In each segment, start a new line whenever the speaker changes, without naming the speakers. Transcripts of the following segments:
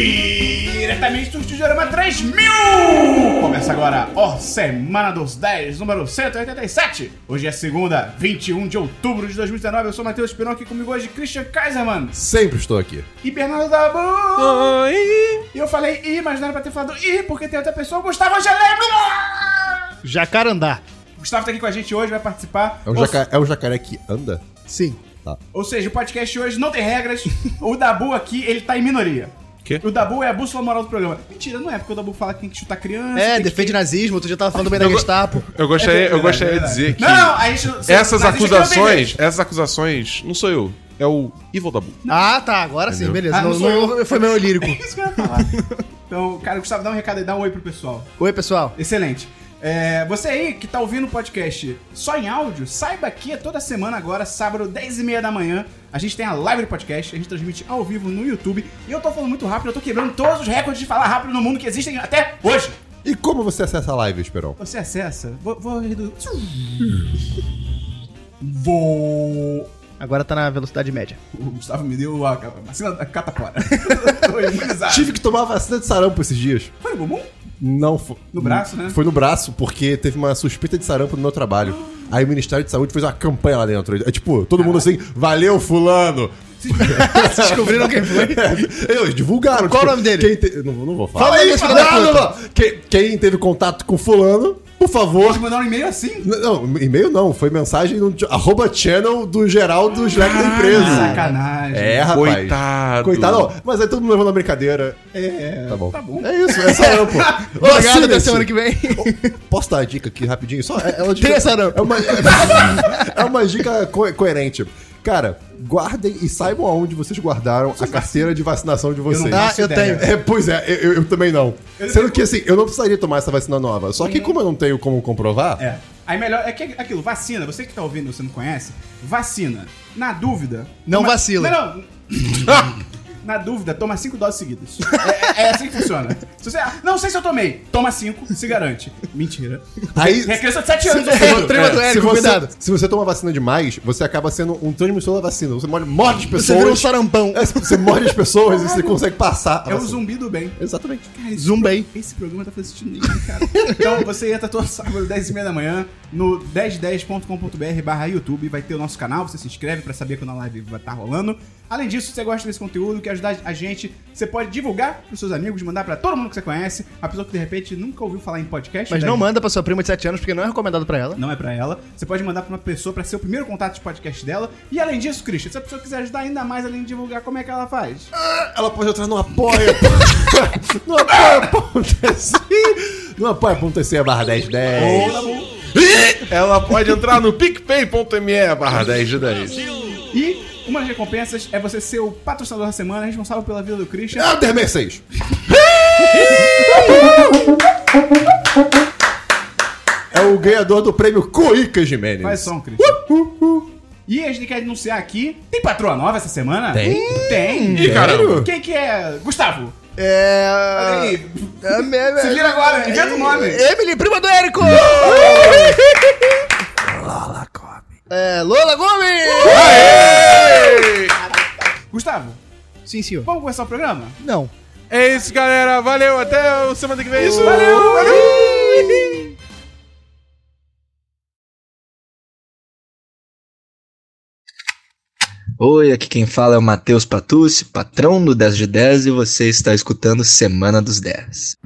Diretamente do Tijorama 3000! Começa agora, ó, Semana dos 10, número 187. Hoje é segunda, 21 de outubro de 2019. Eu sou Matheus Pirão, aqui comigo hoje Christian Kaiserman
Sempre estou aqui.
e Bernardo Dabu.
Oi!
E eu falei I, mas não era pra ter falado I, porque tem outra pessoa, o Gustavo Angelema!
Jacarandá.
O Gustavo tá aqui com a gente hoje, vai participar.
É um,
Ou-
jaca- é um jacaré que anda?
Sim.
Ou seja, o podcast hoje não tem regras. o Dabu aqui, ele tá em minoria.
Quê?
O Dabu é a bússola moral do programa. Mentira, não é, porque o Dabu fala que tem que chutar criança.
É,
tem que-
defende nazismo, outro dia tava falando bem da Gestapo.
Eu gostaria,
é
eu gostaria de dizer que
Não, não, a gente, você-
essas
nazista que não tem
acusações,
vez.
essas acusações, não sou eu, é o Evil Dabu.
Ah, tá, agora sim, beleza.
Ah, não
não,
sou
não- foi meu lírico.
É isso que eu ia falar. então, cara, Gustavo, dá um recado aí, dá um oi pro pessoal.
Oi, pessoal.
Excelente. É, você aí que tá ouvindo o podcast só em áudio, saiba que é toda semana agora, sábado, 10h30 da manhã, a gente tem a live do podcast, a gente transmite ao vivo no YouTube. E eu tô falando muito rápido, eu tô quebrando todos os recordes de falar rápido no mundo que existem até hoje.
E como você acessa a live, Esperão?
Você acessa. Vou. Vou. redu- Vou...
Agora tá na velocidade média.
O Gustavo me deu a capa- vacina da catapora. Tô imunizado.
Tive que tomar vacina de sarampo esses dias.
Foi no bumbum?
Não foi.
No braço, né?
Foi no braço, porque teve uma suspeita de sarampo no meu trabalho. Aí o Ministério de Saúde fez uma campanha lá dentro. É tipo, todo mundo assim, valeu, fulano!
Descobriram quem foi?
Eles divulgaram.
Qual
tipo,
o nome
quem
dele?
te- Não, não vou falar.
Fala aí, filho da
não, não, não. Quem, quem teve contato com fulano, por favor.
Pode mandar um e-mail assim?
N- Não, e-mail não, foi mensagem no arroba channel do geral do Slack da empresa.
Sacanagem.
É, rapaz.
Coitado.
Coitado, ó. mas aí todo mundo levou na brincadeira.
É.
Tá bom.
Tá bom.
É isso, é sarampo.
Obrigado, até
Vacinem-se.
semana que vem.
Posso dar uma dica aqui rapidinho? Só, é, é uma dica,
Tem sarampo.
é, uma, é uma dica co- coerente. Cara, guardem e saibam aonde vocês guardaram a carteira de vacinação de vocês.
Eu não
Ah,
faço
eu
ideia.
tenho.
É, pois é, eu, eu- eu também não. Sendo que assim, eu não precisaria tomar essa vacina nova. Só que como eu não tenho como comprovar,
Uhum. É. Aí melhor é que aquilo, vacina, você que tá ouvindo, e você não conhece, vacina. Na dúvida.
Não vacila.
Não, não. Na dúvida, toma cinco doses seguidas. É, é- é assim que funciona. Se você, ah, não sei se eu tomei. Toma cinco, se garante. Mentira.
aí
É criança de 7 anos.
Se-
ouvindo.
Trema do
se
Érico,
você,
cuidado.
se você toma vacina demais, você acaba sendo um transmissor da vacina. Você morde, morde as
Você virou um
pessoas.
sarampão.
É, Você morde as pessoas e você
Caralho.
consegue passar. a
É o
vacina.
zumbi do bem.
Exatamente.
Cara, esse
Zumba aí.
Esse programa tá fazendo sentido nenhum, cara. Então você entra todo sábado, 10h30 da manhã, no 1010.com.br barra YouTube, vai ter o nosso canal, você se inscreve pra saber quando a live vai estar rolando. Além disso, se você gosta desse conteúdo, quer ajudar a gente, você pode divulgar pros seus amigos, mandar pra todo mundo que você conhece, a pessoa que de repente nunca ouviu falar em podcast.
Mas
né?
não manda pra sua prima de 7 anos, porque não é recomendado pra ela.
Não é pra ela. Você pode mandar pra uma pessoa pra ser o primeiro contato de podcast dela. E além disso, Christian, se a pessoa quiser ajudar ainda mais, além de divulgar, como é que ela faz?
Ela pode entrar no apoia. no apoia.se. No apoia.se barra 1010.
Ela pode entrar no picpay.me barra 10 de 10.
E uma das recompensas é você ser o patrocinador da semana, responsável pela vida do Christian.
É o 1066. É o ganhador do prêmio Cuica Jimenez.
Faz som, Christian. uh, E a gente quer anunciar aqui. Tem patroa nova essa semana? Tem. Tem.
Ih, caramba.
Quem que é? Gustavo. Olha
É.
aí.
é me-
Se vira agora, inventa o nome.
Emily, prima do Érico! É, Lola Gomes!
Gustavo,
Sim, senhor.
vamos começar o programa?
Não.
É isso, galera. Valeu. Até o semana que vem. Isso.
Valeu, valeu.
Oi, aqui quem fala é o Matheus Patucci, patrão do 10 de 10 e você está escutando Semana dos 10.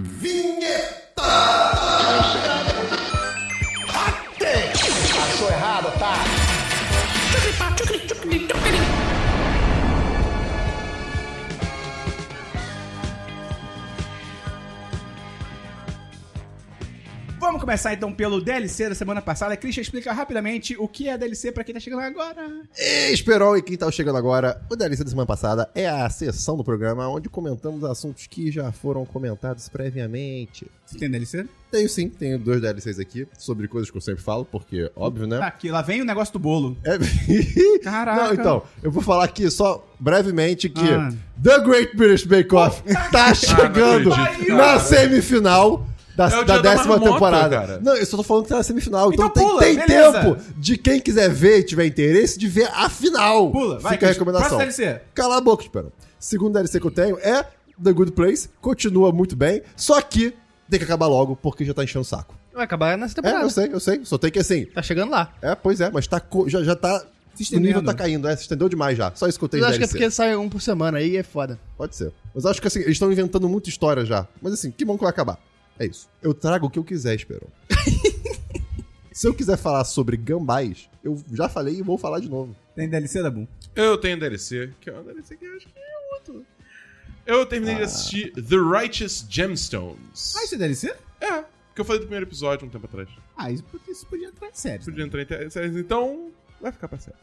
Vamos começar então pelo DLC da semana passada. Christian explica rapidamente o que é DLC pra quem tá chegando agora.
E, Esperol e quem tá chegando agora, o DLC da semana passada é a sessão do programa onde comentamos assuntos que já foram comentados previamente.
Você tem DLC?
Tenho sim, tenho dois DLCs aqui sobre coisas que eu sempre falo, porque óbvio,
Tá
né?
aqui, lá vem o negócio do bolo.
É...
Caraca.
Não, então, eu vou falar aqui só brevemente que
Ah.
The Great British Bake Off tá chegando
não acredito,
na
cara.
semifinal da,
É
da
o dia da
décima
marmota,
temporada.
cara.
Não, eu só tô falando que tá na semifinal, então,
Então pula,
tem, tem
beleza.
tempo de quem quiser ver e tiver interesse de ver a final.
Pula, vai.
Fica a
Christian.
recomendação.
Próximo DLC.
Cala a boca, espera. Segundo DLC que eu tenho é The Good Place continua muito bem, só que tem que acabar logo porque já tá enchendo o saco.
Vai acabar nessa
É,
temporada.
eu sei, eu sei. Só tem que assim.
tá chegando lá.
É, pois é, mas tá, co- já, já tá.
Se
O
estendendo.
nível tá caindo, é, se estendeu demais já. Só isso que eu tenho
Eu
de
acho que é
DLC.
porque sai um por semana aí é foda.
Pode ser. Mas acho que assim, eles estão inventando muita história já. Mas assim, que bom que vai acabar. É isso. Eu trago o que eu quiser, Esperon. Se eu quiser falar sobre gambás, eu já falei e vou falar de novo.
Tem DLC da Boom.
Eu tenho DLC, que é uma DLC que eu acho que é muito. Eu terminei de assistir The Righteous Gemstones.
Ah, isso é DLC?
É, que eu falei do primeiro episódio um tempo atrás.
Ah, isso, isso podia entrar em série.
Podia entrar em te- séries, então vai ficar pra série.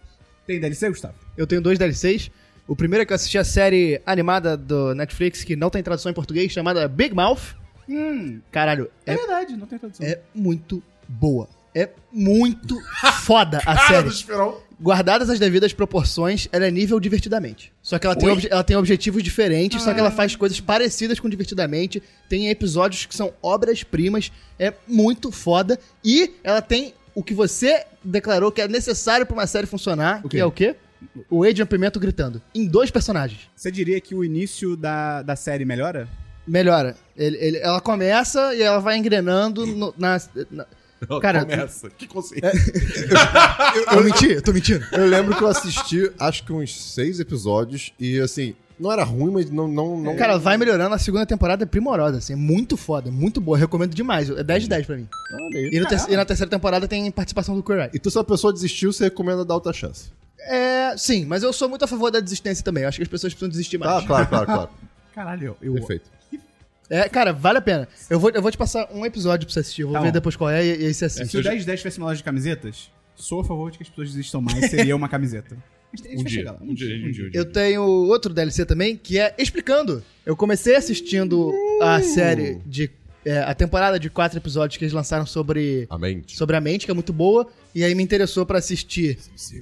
Tem DLC, Gustavo?
Eu tenho dois DLCs. O primeiro é que eu assisti a série animada do Netflix, que não tem tradução em português, chamada Big Mouth.
Hum,
Caralho,
é,
é,
verdade, não tem tradução.
é muito boa. É muito foda a
Cara
série.
do Esperão!
Guardadas as devidas proporções, ela é nível divertidamente. Só que ela tem, obje- ela tem objetivos diferentes, só que ela faz coisas parecidas com divertidamente. Tem episódios que são obras-primas. É muito foda. E ela tem o que você declarou que é necessário pra uma série funcionar,
O
que
quê?
é o quê? O Adrian Pimento gritando. Em dois personagens.
Você diria que o início da, da série melhora?
Melhora. Ele- ele- ela começa e ela vai engrenando no- na- na,
Ela
Cara,
começa. Um Que consciência.
Eu, eu menti, eu tô mentindo.
Eu lembro que eu assisti, acho que uns seis episódios, e assim, não era ruim, mas não. não, não...
Cara, vai melhorando. A segunda temporada é primorosa, assim. É muito foda, muito boa. Eu recomendo demais. É 10 de 10 pra mim.
Olha aí.
E, no ter- e na terceira temporada tem participação do Queer Eye.
Então, se a pessoa desistiu, você recomenda dar outra chance.
É, sim, mas eu sou muito a favor da desistência também. Eu acho que as pessoas precisam desistir mais.
Tá, claro, claro, claro.
Caralho, eu.
Perfeito.
É, cara, vale a pena. Eu vou, eu vou te passar um episódio pra você assistir. Eu vou
Tá
ver
bom.
depois qual é e, e aí você
Se
assiste.
o 10 10 tivesse uma loja de camisetas, sou a favor de que as pessoas desistam mais, seria uma camiseta. A gente- a gente
Um
vai
dia,
chegar lá,
um dia, um dia, um dia.
Eu tenho outro DLC também, que é Explicando. Eu comecei assistindo a série de. é, a temporada de quatro episódios que eles lançaram sobre
A mente.
sobre a mente, que é muito boa, e aí me interessou pra assistir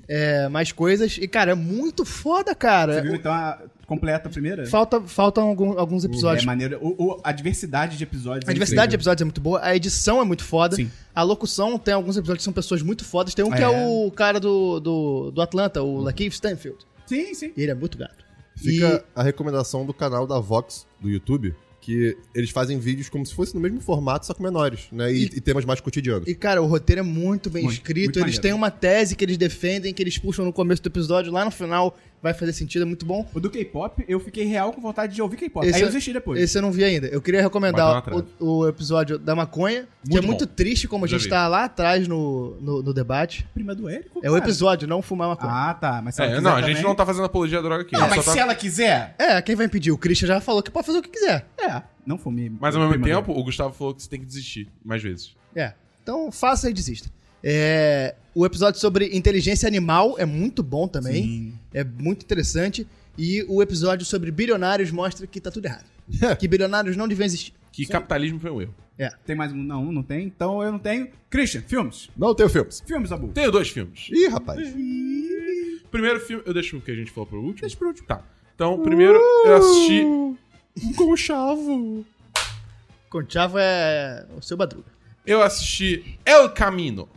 é, mais coisas. E, cara, é muito foda,
Você
cara.
viu então a completa a primeira?
Falta, faltam algum- alguns
É
episódios.
maneiro. O, o- a diversidade de episódios.
a
é
diversidade de
incrível.
episódios é muito boa, a edição é muito foda,
Sim.
a locução tem alguns episódios que são pessoas muito fodas. Tem um que
É.
é o cara do, do, do Atlanta, o Lakeith Stanfield.
Sim, sim.
E ele é muito gato.
Fica a recomendação do canal da Vox do YouTube, que eles fazem vídeos como se fosse no mesmo formato, só com menores, né? E, e temas mais cotidianos.
E, cara, o roteiro é muito bem
Muito,
escrito.
muito
eles
maneiro.
têm uma tese que eles defendem, que eles puxam no começo do episódio, lá no final vai fazer sentido, é muito bom.
O do K-pop, eu fiquei real com vontade de ouvir K-pop.
Esse
Aí eu
é-
desisti depois.
Esse eu não vi ainda. Eu queria
Bateu
recomendar
um
atrás.
o, o episódio da maconha, que
Muito
é muito
bom.
triste como a
Já
gente
vi.
tá lá atrás no, no, no debate.
prima do Érico?
É o
cara.
episódio, não fumar maconha.
Ah, tá. Mas se ela
É,
quiser
não, a
também-
gente não tá fazendo apologia à droga aqui.
Ah,
só
mas
tá-
se ela quiser.
É, quem vai impedir? O Christian já falou que pode fazer o que quiser.
É, não fumei.
Mas ao mesmo
prima do
tempo, o Gustavo falou que você tem que desistir mais vezes.
É. Então faça e desista. É, o episódio sobre inteligência animal é muito bom também.
Sim.
É muito interessante. E o episódio sobre bilionários mostra que tá tudo errado. que bilionários não deviam existir.
Que capitalismo foi um erro.
Tem mais um? Não, não tem. Então eu não tenho. Christian, filmes.
Não tenho filmes.
Filmes, Abu.
Tenho dois filmes.
Ih, rapaz.
Primeiro filme, eu deixo o que a gente falou pro último. Deixa pro último. Tá. Então, primeiro eu assisti.
Conchavo.
Conchavo é o seu Badruga.
Eu assisti El Camino.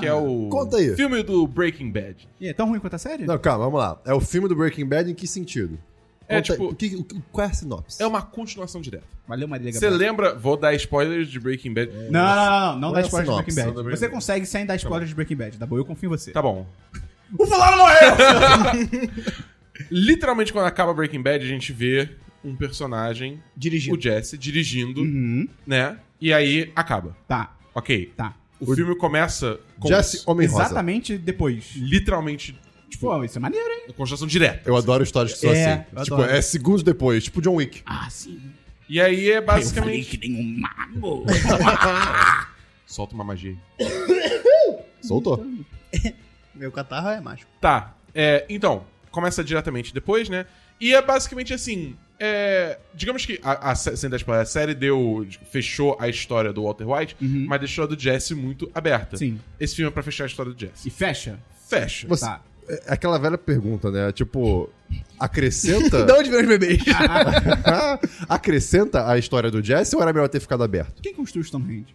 que é o
Conta aí.
filme do Breaking Bad.
E é tão ruim quanto a série?
Não, calma, vamos lá. É o filme do Breaking Bad em que sentido?
É,
Conta aí.
tipo-
O que, o que- qual é a sinopse?
É uma continuação direta.
Valeu, Marília
Você
Gabriela.
lembra? Vou dar spoilers de Breaking Bad.
Não, não, não, não, não, não dá
Olha a
spoiler de
sinopse.
Breaking Bad.
Não dá Breaking
Você
Bad.
consegue sem dar spoiler de Breaking Bad, tá bom? Eu confio em você.
Tá bom.
O fulano morreu!
Literalmente, quando acaba Breaking Bad, a gente vê um personagem,
Dirigindo.
o Jesse, dirigindo,
uhum.
né? E aí acaba.
Tá,
Ok.
tá.
O, filme começa com
Jesse Homem Rosa.
Exatamente depois.
literalmente
Tipo, isso é maneiro, hein?
uma continuação direta.
Eu adoro histórias que são
É, eu
assim. Tipo,
adoro.
é segundos depois, tipo John Wick.
Ah, sim.
E aí é
falei
basicamente.
que nem um mago.
Solta uma magia. aí.
Soltou.
Meu catarro é mágico.
Tá. é, então, começa diretamente depois, né? E é basicamente assim. é, digamos que a, a, sé- sem dar spoiler, a série deu. fechou a história do Walter White,
Uhum.
mas deixou a do Jesse muito aberta.
Sim.
Esse filme é pra fechar a história do Jesse.
E fecha?
Fecha.
Você-
Tá.
É Aquela velha pergunta, né? Tipo, acrescenta.
De onde vem os bebês?
acrescenta a história do Jesse ou era melhor ter ficado aberto?
Quem construiu Stonehenge?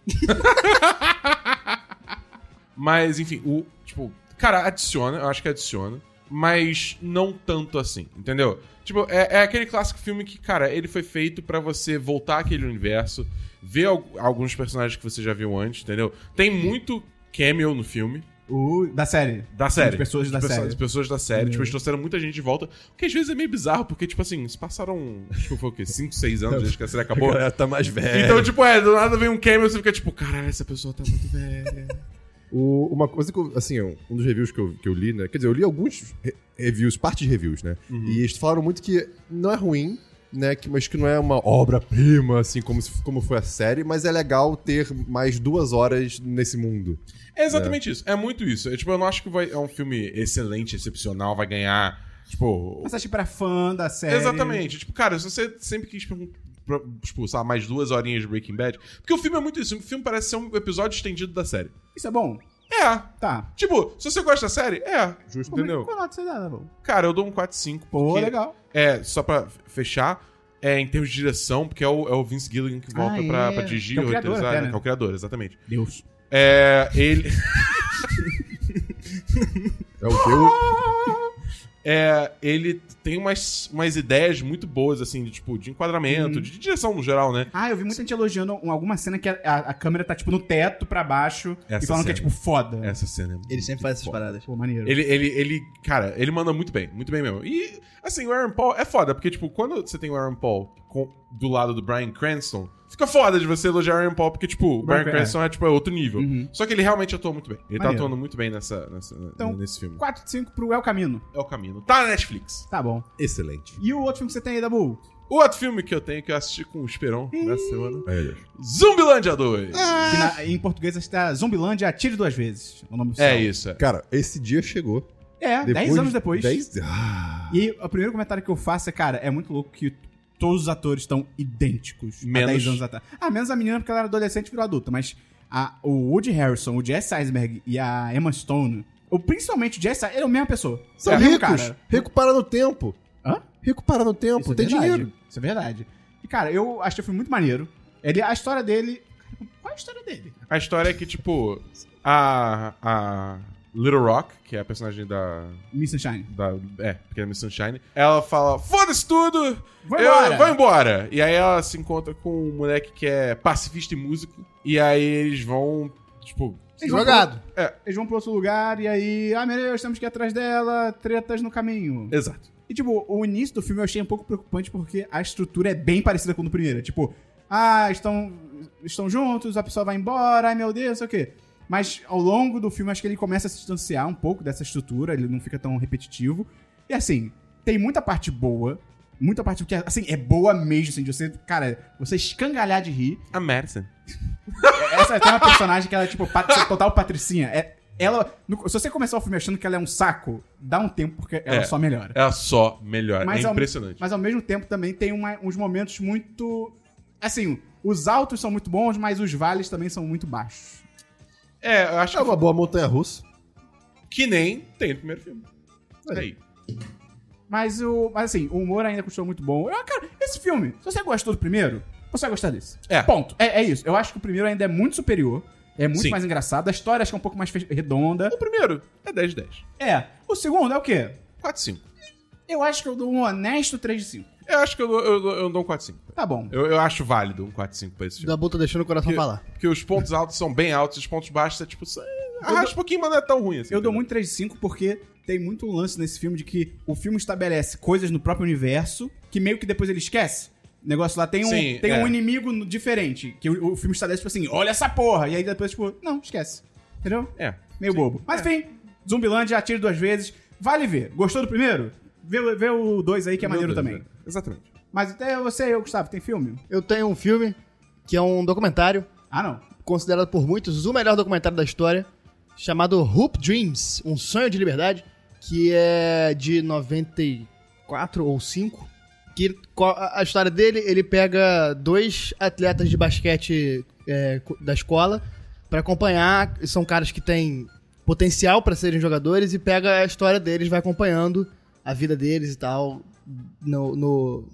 Mas, enfim, o. Tipo, cara, adiciona, eu acho que adiciona. mas não tanto assim, entendeu? Tipo, é, é aquele clássico filme que, cara, ele foi feito pra você voltar àquele universo, ver al- alguns personagens que você já viu antes, entendeu? Tem muito cameo no filme,
O, da série.
da série.
De pessoas da
De pessoa-
série.
de pessoas da série. Tipo, eles trouxeram muita gente de volta. O que às vezes é meio bizarro, porque, tipo assim, se passaram, acho que foi o quê? 5, 6 anos desde que a série acabou.
Agora tá mais velho.
Então, tipo, é, do nada vem um cameo e você fica tipo, caralho, essa pessoa tá muito velha.
O- uma coisa que eu, assim, um um dos reviews que eu, que eu li, né? Quer dizer, eu li alguns re- reviews, parte de reviews, né?
Uhum.
E eles falaram muito que não é ruim, né? Que, mas que não é uma obra-prima, assim, como, se- como foi a série, mas é legal ter mais duas horas nesse mundo.
É exatamente isso. É muito isso. É, tipo, eu não acho que vai, é um filme excelente, excepcional, vai ganhar, tipo...
Mas acho que pra fã da série.
Exatamente. Tipo, cara, se você sempre quis... pergun- pra- Tipo, sabe, mais duas horinhas de Breaking Bad. Porque o filme é muito isso. O filme parece ser um episódio estendido da série.
Isso é bom.
É.
Tá.
Tipo, se você gosta da série, é.
Justo.
Entendeu?
Qual nota você dá, Dabu?
Cara, eu dou um 4-5.
tá Pô,
porque-
legal.
É, só pra fechar, é em termos de direção, porque é o, é o Vince Gilligan que volta
Ah,
pra,
é.
pra dirigir,
Que é o criador
roteirizar,
até,
né?
né?
Que é o criador, exatamente.
Deus.
É, ele.
É o que
É, ele tem umas, umas ideias muito boas, assim, de, tipo, de enquadramento, de direção no geral, né?
Ah, eu vi muita gente elogiando um- alguma cena que a, a- a câmera tá, tipo, no teto, pra baixo,
Essa
e falando que é,
cena.
tipo, foda.
Essa cena é muito
Ele sempre faz essas
foda.
paradas.
Pô, maneiro.
Ele, ele, ele, cara, ele manda muito bem, muito bem mesmo. E, assim, o Aaron Paul é foda, porque, tipo, quando você tem o Aaron Paul com- do lado do Brian Cranston, fica foda de você elogiar o Aaron Paul, porque, tipo, o Brian
Brian
Cranston é, tipo, é outro nível.
Uhum.
Só que ele realmente atua muito bem. Ele tá
Maneiro.
atuando muito bem nessa, nessa-
Então,
nesse filme.
4 de 5 pro El Camino.
É o caminho. Tá na Netflix.
Tá bom.
Excelente.
E o outro filme que você tem aí, Dabu?
O outro filme que eu tenho que eu assisti com o Esperon nessa semana é Zumbilândia 2.
Que na- em português acho que tá Zumbilândia Atire Duas Vezes. É o nome do
É
filme.
isso. é.
Cara, esse dia chegou.
É, 10 anos depois.
Dez... Ah,
E o primeiro comentário que eu faço é, cara, é muito louco que todos os atores estão idênticos
Menos-
há 10 anos atrás. Ah, menos a menina porque ela era adolescente e virou adulta, mas a- o Woody Harrison, o Jesse Eisenberg e a Emma Stone, ou principalmente o Jesse, ele é a mesma pessoa.
São
É o mesmo
ricos. Rico para no tempo.
Hã?
Rico para no tempo.
Isso é
Tem
verdade.
dinheiro.
Isso é verdade. E, cara, eu achei o filme muito maneiro. Ele, a história dele... Qual é a história dele?
A história é que, tipo, a, a Little Rock, que é a personagem da.
Miss Sunshine.
da é, pequena Miss Sunshine, ela fala: foda-se tudo!
Vai
eu-
embora!
vou embora! E aí ela se encontra com um moleque que é pacifista e músico, e aí eles vão, tipo.
Eles vão
Jogado.
pro- Eles vão pra outro lugar e aí... Ah, meu Deus, temos que ir atrás dela. Tretas no caminho.
Exato.
E, tipo, o início do filme eu achei um pouco preocupante porque a estrutura é bem parecida com a do primeiro. É Tipo, ah, estão, estão juntos, a pessoa vai embora, ai meu Deus, sei o quê. Mas ao longo do filme, acho que ele começa a se distanciar um pouco dessa estrutura, ele não fica tão repetitivo. E assim, tem muita parte boa, muita parte que, assim, é boa mesmo, assim, de você, cara, você escangalhar de rir.
A Madison.
Essa tem uma personagem que ela é, tipo, pat- total patricinha. É, ela, no- se você começar o filme achando que ela é um saco, dá um tempo porque ela
É.
só melhora.
Ela só melhora.
Mas
é
ao-
impressionante.
Mas ao mesmo tempo também tem uma- uns momentos muito. Assim, os altos são muito bons, mas os vales também são muito baixos.
É, eu acho
É uma boa montanha russa.
que nem tem no primeiro filme. É Aí.
Mas o. Mas assim, o humor ainda continua muito bom. Ah, cara, esse filme, se você gostou do primeiro, você vai gostar desse.
É.
Ponto. É, é isso. Eu acho que o primeiro ainda é muito superior. É muito
Sim.
mais engraçado. A história acho que é um pouco mais fe- redonda.
O primeiro é 10 de 10.
É. O segundo é o quê?
4 5.
Eu acho que eu dou um honesto 3 de 5.
Eu acho que eu, dou- eu, dou- eu dou um 4 5.
Tá bom.
Eu, eu acho válido um 4 5 pra esse
O
filme.
Dabu tá deixando o coração
Que-
falar.
Porque os pontos altos são bem altos, os pontos baixos é tipo. só- Arrasta um pouquinho, mas não é tão ruim assim.
Eu dou
entendeu?
muito 3 de 5 porque tem muito lance nesse filme de que o filme estabelece coisas no próprio universo que meio que depois ele esquece. O negócio lá tem um,
Sim,
tem
é.
um inimigo no- diferente, que o, o filme estabelece tipo assim, olha essa porra, e aí depois tipo, não, esquece. Entendeu?
É.
Meio bobo. Mas enfim, Zumbilândia atire duas vezes, vale ver. Gostou do primeiro? Vê, o- vê o 2 aí que é
Meu
maneiro
Deus,
também.
velho. Exatamente.
Mas até você eu, Gustavo, tem filme?
Eu tenho um filme que é um documentário,
Ah, não.
considerado por muitos o melhor documentário da história, chamado Hoop Dreams, Um Sonho de Liberdade, que é de 94 ou 5. Que co- a a história dele, ele pega dois atletas de basquete é, co- da escola pra acompanhar. São caras que têm potencial pra serem jogadores e pega a história deles, vai acompanhando a vida deles e tal no- no,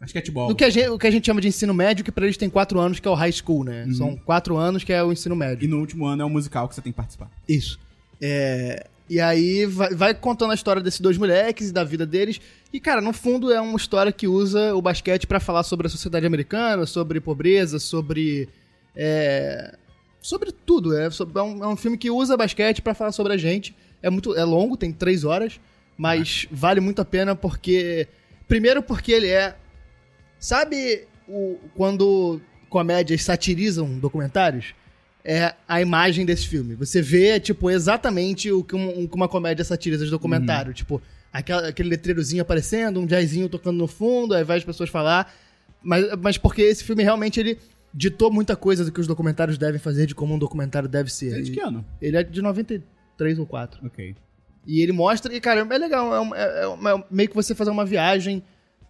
Basquetebol.
o que, a gente, o que a gente chama de ensino médio, que pra eles tem quatro anos, que é o high school, né? São quatro anos que é o ensino médio.
E no último ano é um musical que você tem que participar.
Isso. É, E aí vai, vai contando a história desses dois moleques e da vida deles. E, cara, no fundo é uma história que usa o basquete pra falar sobre a sociedade americana, sobre pobreza, sobre. É, sobre tudo. É, sobre- é um, é um filme que usa basquete pra falar sobre a gente. É muito é longo, tem três horas, mas vale muito a pena porque. Primeiro, porque ele é. Sabe o, quando comédias satirizam documentários? é a imagem desse filme. Você vê, tipo, exatamente o que um- o que uma comédia satiriza de documentário.
Uhum.
Tipo, aquela- aquele letreirozinho aparecendo, um jazzinho tocando no fundo, aí vai as pessoas falar. Mas, mas porque esse filme realmente ele ditou muita coisa do que os documentários devem fazer, de como um documentário deve ser.
Desde que ano?
E Ele é de 93 ou 4.
Ok.
E ele mostra, e cara, é legal, é, um- é- é uma- é meio que você fazer uma viagem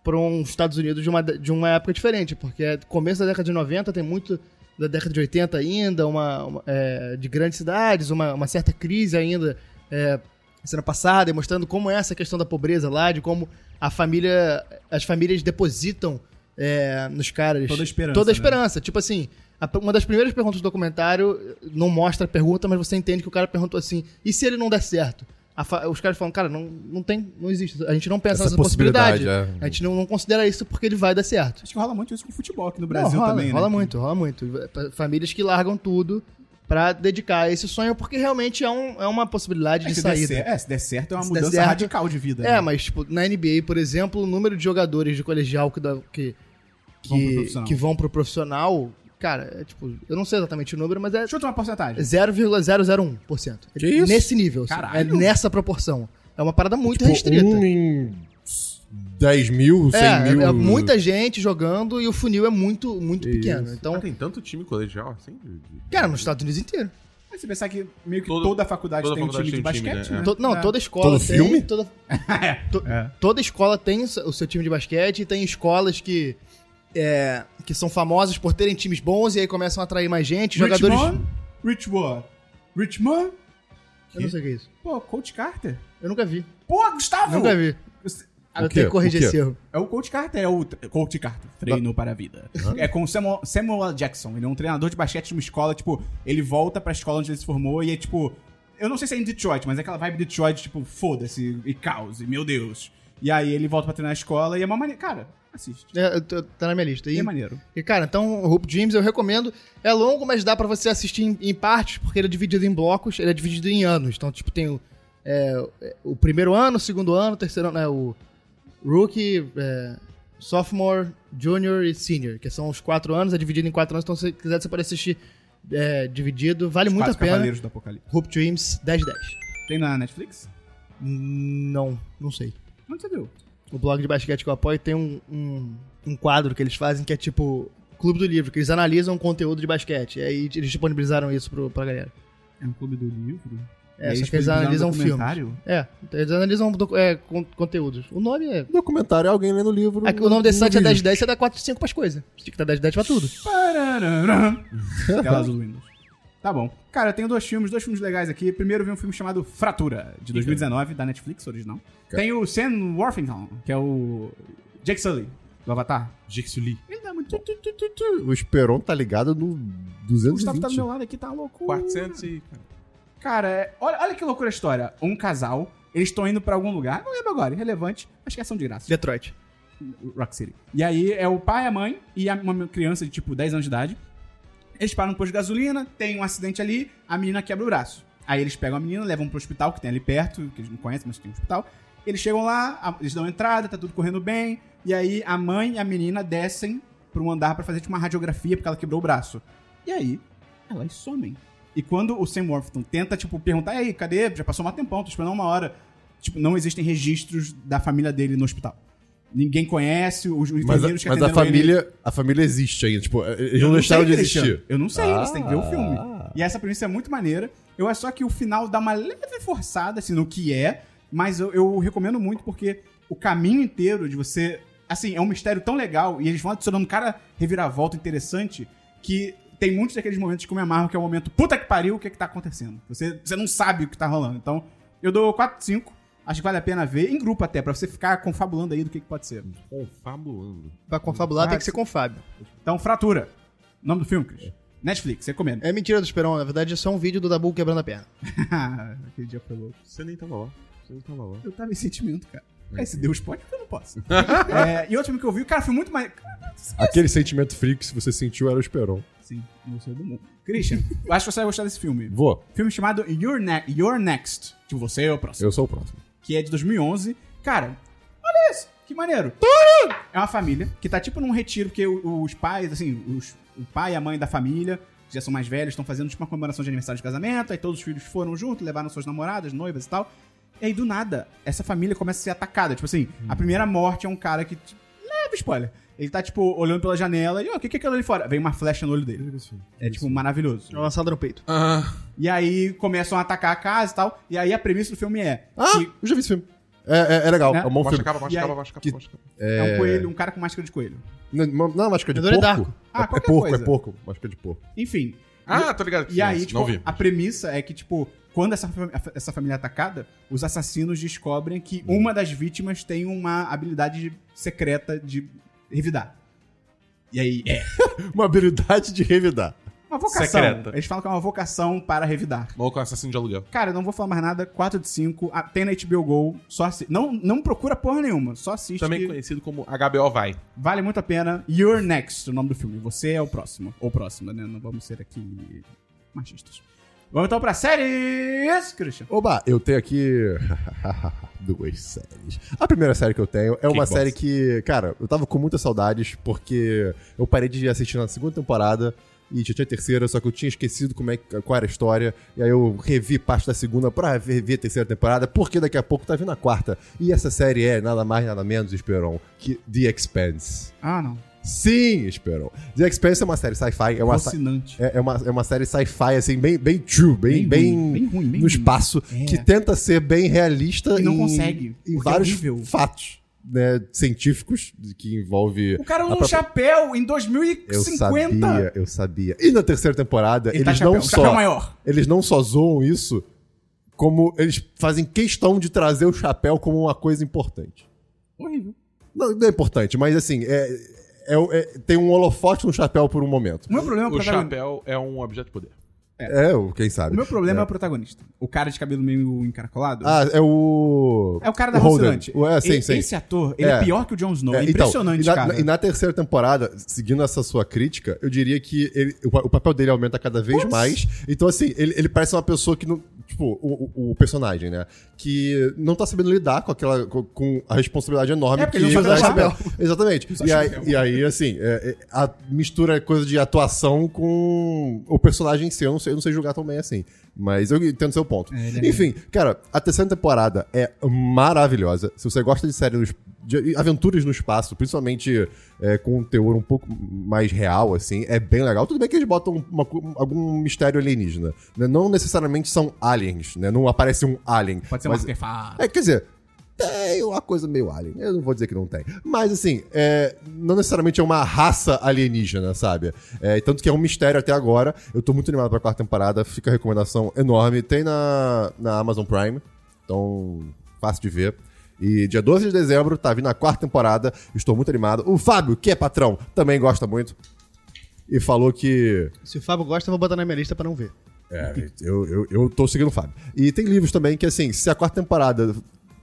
para uns um Estados Unidos de uma, de uma época diferente, porque é começo da década de 90 tem muito da década de 80 ainda, uma, uma, é, de grandes cidades, uma, uma certa crise ainda é, sendo passada, e mostrando como é essa questão da pobreza lá, de como a família, as famílias depositam é, nos caras
Toda a esperança,
toda a
né?
esperança. Tipo assim, a pr- uma das primeiras perguntas do documentário não mostra a pergunta, mas você entende que o cara perguntou assim: e se ele não der certo? A fa- Os caras falam, cara, não, não tem, não existe. A gente não pensa
Essa
nessa possibilidade.
possibilidade, é.
A gente não, não considera isso porque ele vai dar certo.
Acho que rola muito isso com o futebol aqui no Brasil
Não, rola,
também,
rola
né?
muito, rola muito. Famílias que largam tudo pra dedicar a esse sonho, porque realmente é, um- é uma possibilidade
É,
de
se, der
saída.
cer- é, se der certo, é uma
Se der
mudança
certo-
radical de vida.
É,
né?
mas tipo, na NBA, por exemplo, o número de jogadores de colegial que, dá- que, que,
Vão pro profissional.
que vão pro profissional, cara, é tipo, eu não sei exatamente o número, mas é
Chuta uma porcentagem.
0,001%.
Que isso?
É Nesse nível, assim.
Caralho.
é nessa proporção. É uma parada muito
Tipo,
restrita.
um em 10 mil, 100
é,
mil.
é muita gente jogando e o funil é muito, muito pequeno.
Então,
Então,
tem tanto time colegial assim? de- de-
cara, nos Estados Unidos inteiro.
Mas você pensar que meio que
Todo-
toda faculdade
toda
tem um
faculdade
time de
tem um time,
basquete,
né?
né?
To- não,
É.
toda escola
Todo
tem.
filme?
Toda, to-
É.
toda escola tem o seu time de basquete e tem escolas que. é, que são famosas por terem times bons e aí começam a atrair mais gente, jogadores.
Richmond? Richmond? Richmond?
Eu não sei o que é isso.
Pô, Coach Carter?
Eu nunca vi.
Pô, Gustavo!
Nunca vi.
O
Eu
quê?
tenho que
O
corrigir
quê?
esse erro.
É o Coach Carter, é o tre- Coach Carter, treino para a vida. É com o Samuel, Samuel L. Jackson, ele é um treinador de basquete de uma escola, tipo, ele volta pra escola onde ele se formou e é tipo, eu não sei se é em Detroit, mas é aquela vibe de Detroit, tipo, foda-se e caos, e meu Deus. E aí ele volta pra treinar a escola e é uma maneira, cara, assiste.
É, eu tô- tá na minha lista. E,
É maneiro.
e, cara, então, Hope Dreams eu recomendo. É longo, mas dá pra você assistir em, em partes, porque ele é dividido em blocos, ele é dividido em anos. Então, tipo, tem o, é, o primeiro ano, o segundo ano, o terceiro ano, é o rookie, é, sophomore, junior e senior, que são os quatro anos, é dividido em quatro anos. Então, se você quiser, você pode assistir é, dividido. Vale muito a
Quatro
pena.
Cavaleiros do Apocalipse.
Hope Dreams 1010.
Tem na Netflix?
Não, não sei.
Onde você viu?
o blog de basquete que eu apoio tem um, um, um quadro que eles fazem que é tipo Clube do Livro, que eles analisam conteúdo de basquete. E aí eles disponibilizaram isso pro, pra galera.
É um clube do livro?
É, só que eles
um
analisam filmes. É, eles analisam docu- é, con- conteúdos. O nome é.
Documentário é alguém lendo o livro.
é que o nome desse
no
site é
vídeo.
1010, você dá 4 5 pras coisas. Você tinha que dar 1010 pra tudo.
Parararã. Tela azul do Windows. Tá bom. Cara, eu tenho dois filmes, dois filmes legais aqui. Primeiro eu vi um filme chamado Fratura, de 2019, da Netflix, original. Tem o Sam Worthington, que é o Jake Sully, do Avatar.
Jake Lee.
Ele tá muito... bom.
O Esperon tá ligado no
O Gustavo tá do
220.
meu lado aqui, tá louco.
400 e...
Cara, é- olha, olha que loucura a história. Um casal, eles estão indo pra algum lugar, não lembro agora, irrelevante, acho que é ação de graça.
Detroit.
Rock City. E aí é o pai, a mãe e a- uma criança de tipo 10 anos de idade. Eles param no posto de gasolina, tem um acidente ali, a menina quebra o braço. Aí eles pegam a menina, levam pro hospital que tem ali perto, que eles não conhecem, mas tem um hospital. Eles chegam lá, a- eles dão entrada, tá tudo correndo bem. E aí a mãe e a menina descem pra um andar pra fazer tipo, uma radiografia porque ela quebrou o braço. E aí elas somem. E quando o Sam Worthington tenta tipo perguntar, e aí, cadê? Já passou um tempão, tô esperando uma hora. Tipo, não existem registros da família dele no hospital. Ninguém conhece os os
Mas, a,
enfermeiros que
mas a
atenderam ele-
família, a família existe ainda. Tipo, eles
Eu
não, deixaram
sei,
de
Christian.
existir.
Eu não sei, você tem que ver o filme.
Ah.
E essa premissa é muito maneira. Eu acho só que o final dá uma leve forçada, assim, no que é, mas eu, eu recomendo muito porque o caminho inteiro de você. Assim, é um mistério tão legal e eles vão adicionando cada reviravolta interessante que tem muitos daqueles momentos que eu me amarro, que é o momento puta que pariu, o que é que tá acontecendo? Você, você não sabe o que tá rolando. Então, eu dou 4, 5. Acho que vale a pena ver, em grupo até, pra você ficar confabulando aí do que, que pode ser.
Confabulando.
Pra confabular
Ah,
tem que ser com Fábio.
Então, Fratura. Nome do filme, Cris? Netflix, recomendo.
É mentira do Esperon, na verdade é só um vídeo do Dabu quebrando a perna.
Ah, Aquele dia foi louco.
Você nem tava lá. Você nem tava lá.
Eu tava em sentimento, cara. Aí se Deus pode, então eu não posso. É, e outro filme que eu vi, cara, foi muito mais.
Aquele sentimento frio que se você sentiu era o Esperon.
Sim, não sou do mundo. Christian, eu acho que você vai gostar desse filme.
Vou.
Filme chamado Your, ne Your Next. Tipo, você é o próximo.
Eu sou o próximo.
que é de 2011. Cara, olha isso, que maneiro. É uma família que tá tipo num retiro, porque o- os pais, assim, os- o pai e a mãe da família, que já são mais velhos, estão fazendo tipo uma comemoração de aniversário de casamento, aí todos os filhos foram junto, levaram suas namoradas, noivas e tal. E aí, do nada, essa família começa a ser atacada. Tipo assim, a primeira morte é um cara que. Tipo, leva spoiler. Ele tá, tipo, olhando pela janela e, ó, o que que é aquilo ali fora? Vem uma flecha no olho dele. É, tipo, maravilhoso.
Uma Lançada no peito.
Ah,
E aí começam a atacar a casa e tal. E aí a premissa do filme é.
Ah,
que
eu já vi esse filme. É, é, é legal,
Né?
é um bom
baixa a
filme.
capa, baixa
E
a
aí?
capa, baixa a capa,
Que-
baixa a capa.
é um coelho, um cara com máscara de coelho.
Não, não, não, máscara de
Adorei
porco.
Ah,
É- é,
qualquer
porco,
coisa.
é porco. Máscara de porco.
Enfim.
Ah, tô ligado. que
E
filme é
aí,
esse.
tipo,
Não vi.
a premissa é que, tipo, quando essa, fam- essa família é atacada, os assassinos descobrem que
Hum.
uma das vítimas tem uma habilidade secreta de revidar. E aí, é
Uma habilidade de revidar.
uma vocação.
Secreta.
Eles falam que é uma vocação para revidar.
Maluco é um assassino de aluguel.
Cara, eu não vou falar mais nada. 4 de 5. Ah, Tem na HBO Go. Só assi- não, não procura porra nenhuma. Só assiste.
Também
que
conhecido como HBO Vai.
Vale muito a pena. You're Next, o nome do filme. Você é o próximo. Ou próxima, né? Não vamos ser aqui machistas. Vamos então pra séries, Christian.
Oba, eu tenho aqui duas séries. A primeira série que eu tenho é uma
bosta.
série que, cara, eu tava com muitas saudades porque eu parei de assistir na segunda temporada e já tinha a terceira, só que eu tinha esquecido como é, que- qual era a história. E aí eu revi parte da segunda pra rever a terceira temporada, porque daqui a pouco tá vindo a quarta. E essa série é nada mais, nada menos, Esperon, que The Expanse.
Ah, não.
Sim, Esperon. The Expanse é uma série sci-fi, é uma, sa-
Fascinante.
é, é uma, é uma série sci-fi, assim, bem, bem true, bem, bem,
ruim, bem ruim, bem ruim.
no espaço,
É.
que tenta ser bem realista
E não
em,
consegue,
em
porque é
vários
horrível.
fatos né, científicaos que envolve...
O cara usa
a
um
própria-
chapéu em
Eu
2050.
sabia, eu sabia. E na terceira temporada,
Ele
eles,
tá chapéu,
não
um chapéu
só,
maior.
eles não só zoam isso, como eles fazem questão de trazer o chapéu como uma coisa importante.
Horrível.
Não, não é importante, mas assim, é... É, o- é- tem um holofote no chapéu por um momento.
O meu problema é o
O
protagonista.
chapéu é um objeto de poder.
É, o- quem
O
sabe.
meu problema é. o protagonista. O cara de cabelo meio encaracolado.
Ah, é o.
É o cara da
Holden.
Rocinante.
Ué, sim,
E-
sim.
Esse ator, ele é.
É.
pior que o Jon Snow. É,
É, então,
impressionante,
e na,
cara.
E na terceira temporada, seguindo essa sua crítica, eu diria que ele- o, pa- o papel dele aumenta cada vez mais. Então, assim, ele, ele parece uma pessoa que não. Tipo, o, o- o personagem, né? Que não tá sabendo lidar com aquela. com, com a responsabilidade enorme
É,
que
porque ele não sabe usar
Exatamente.
Não sabe
E aí,
chapéu.
e aí, assim, é- é- a mistura coisa de atuação com o personagem em si. Eu não sei, eu não sei julgar tão bem assim. Mas eu entendo seu ponto.
É, ele é
Enfim, cara, a terceira temporada é maravilhosa. Se você gosta de série no es- de aventuras no espaço, principalmente é, com um teor um pouco mais real, assim, é bem legal. Tudo bem que eles botam uma co- algum mistério alienígena. né? Não necessariamente são aliens, né? Não aparece um alien.
Pode ser um
mas-
artefato.
é, quer dizer, tem uma coisa meio alien. Eu não vou dizer que não tem. Mas, assim, é, não necessariamente é uma raça alienígena, sabe? É, tanto que é um mistério até agora. Eu tô muito animado pra quarta temporada. Fica a recomendação enorme. Tem na, na Amazon Prime. Então, fácil de ver. E dia 12 de dezembro tá vindo a quarta temporada. Estou muito animado. O Fábio, que é patrão, também gosta muito. E falou que
Se o Fábio gosta, eu vou botar na minha lista pra não ver.
é, eu, eu, eu tô seguindo o Fábio. E tem livros também que, assim, se a quarta temporada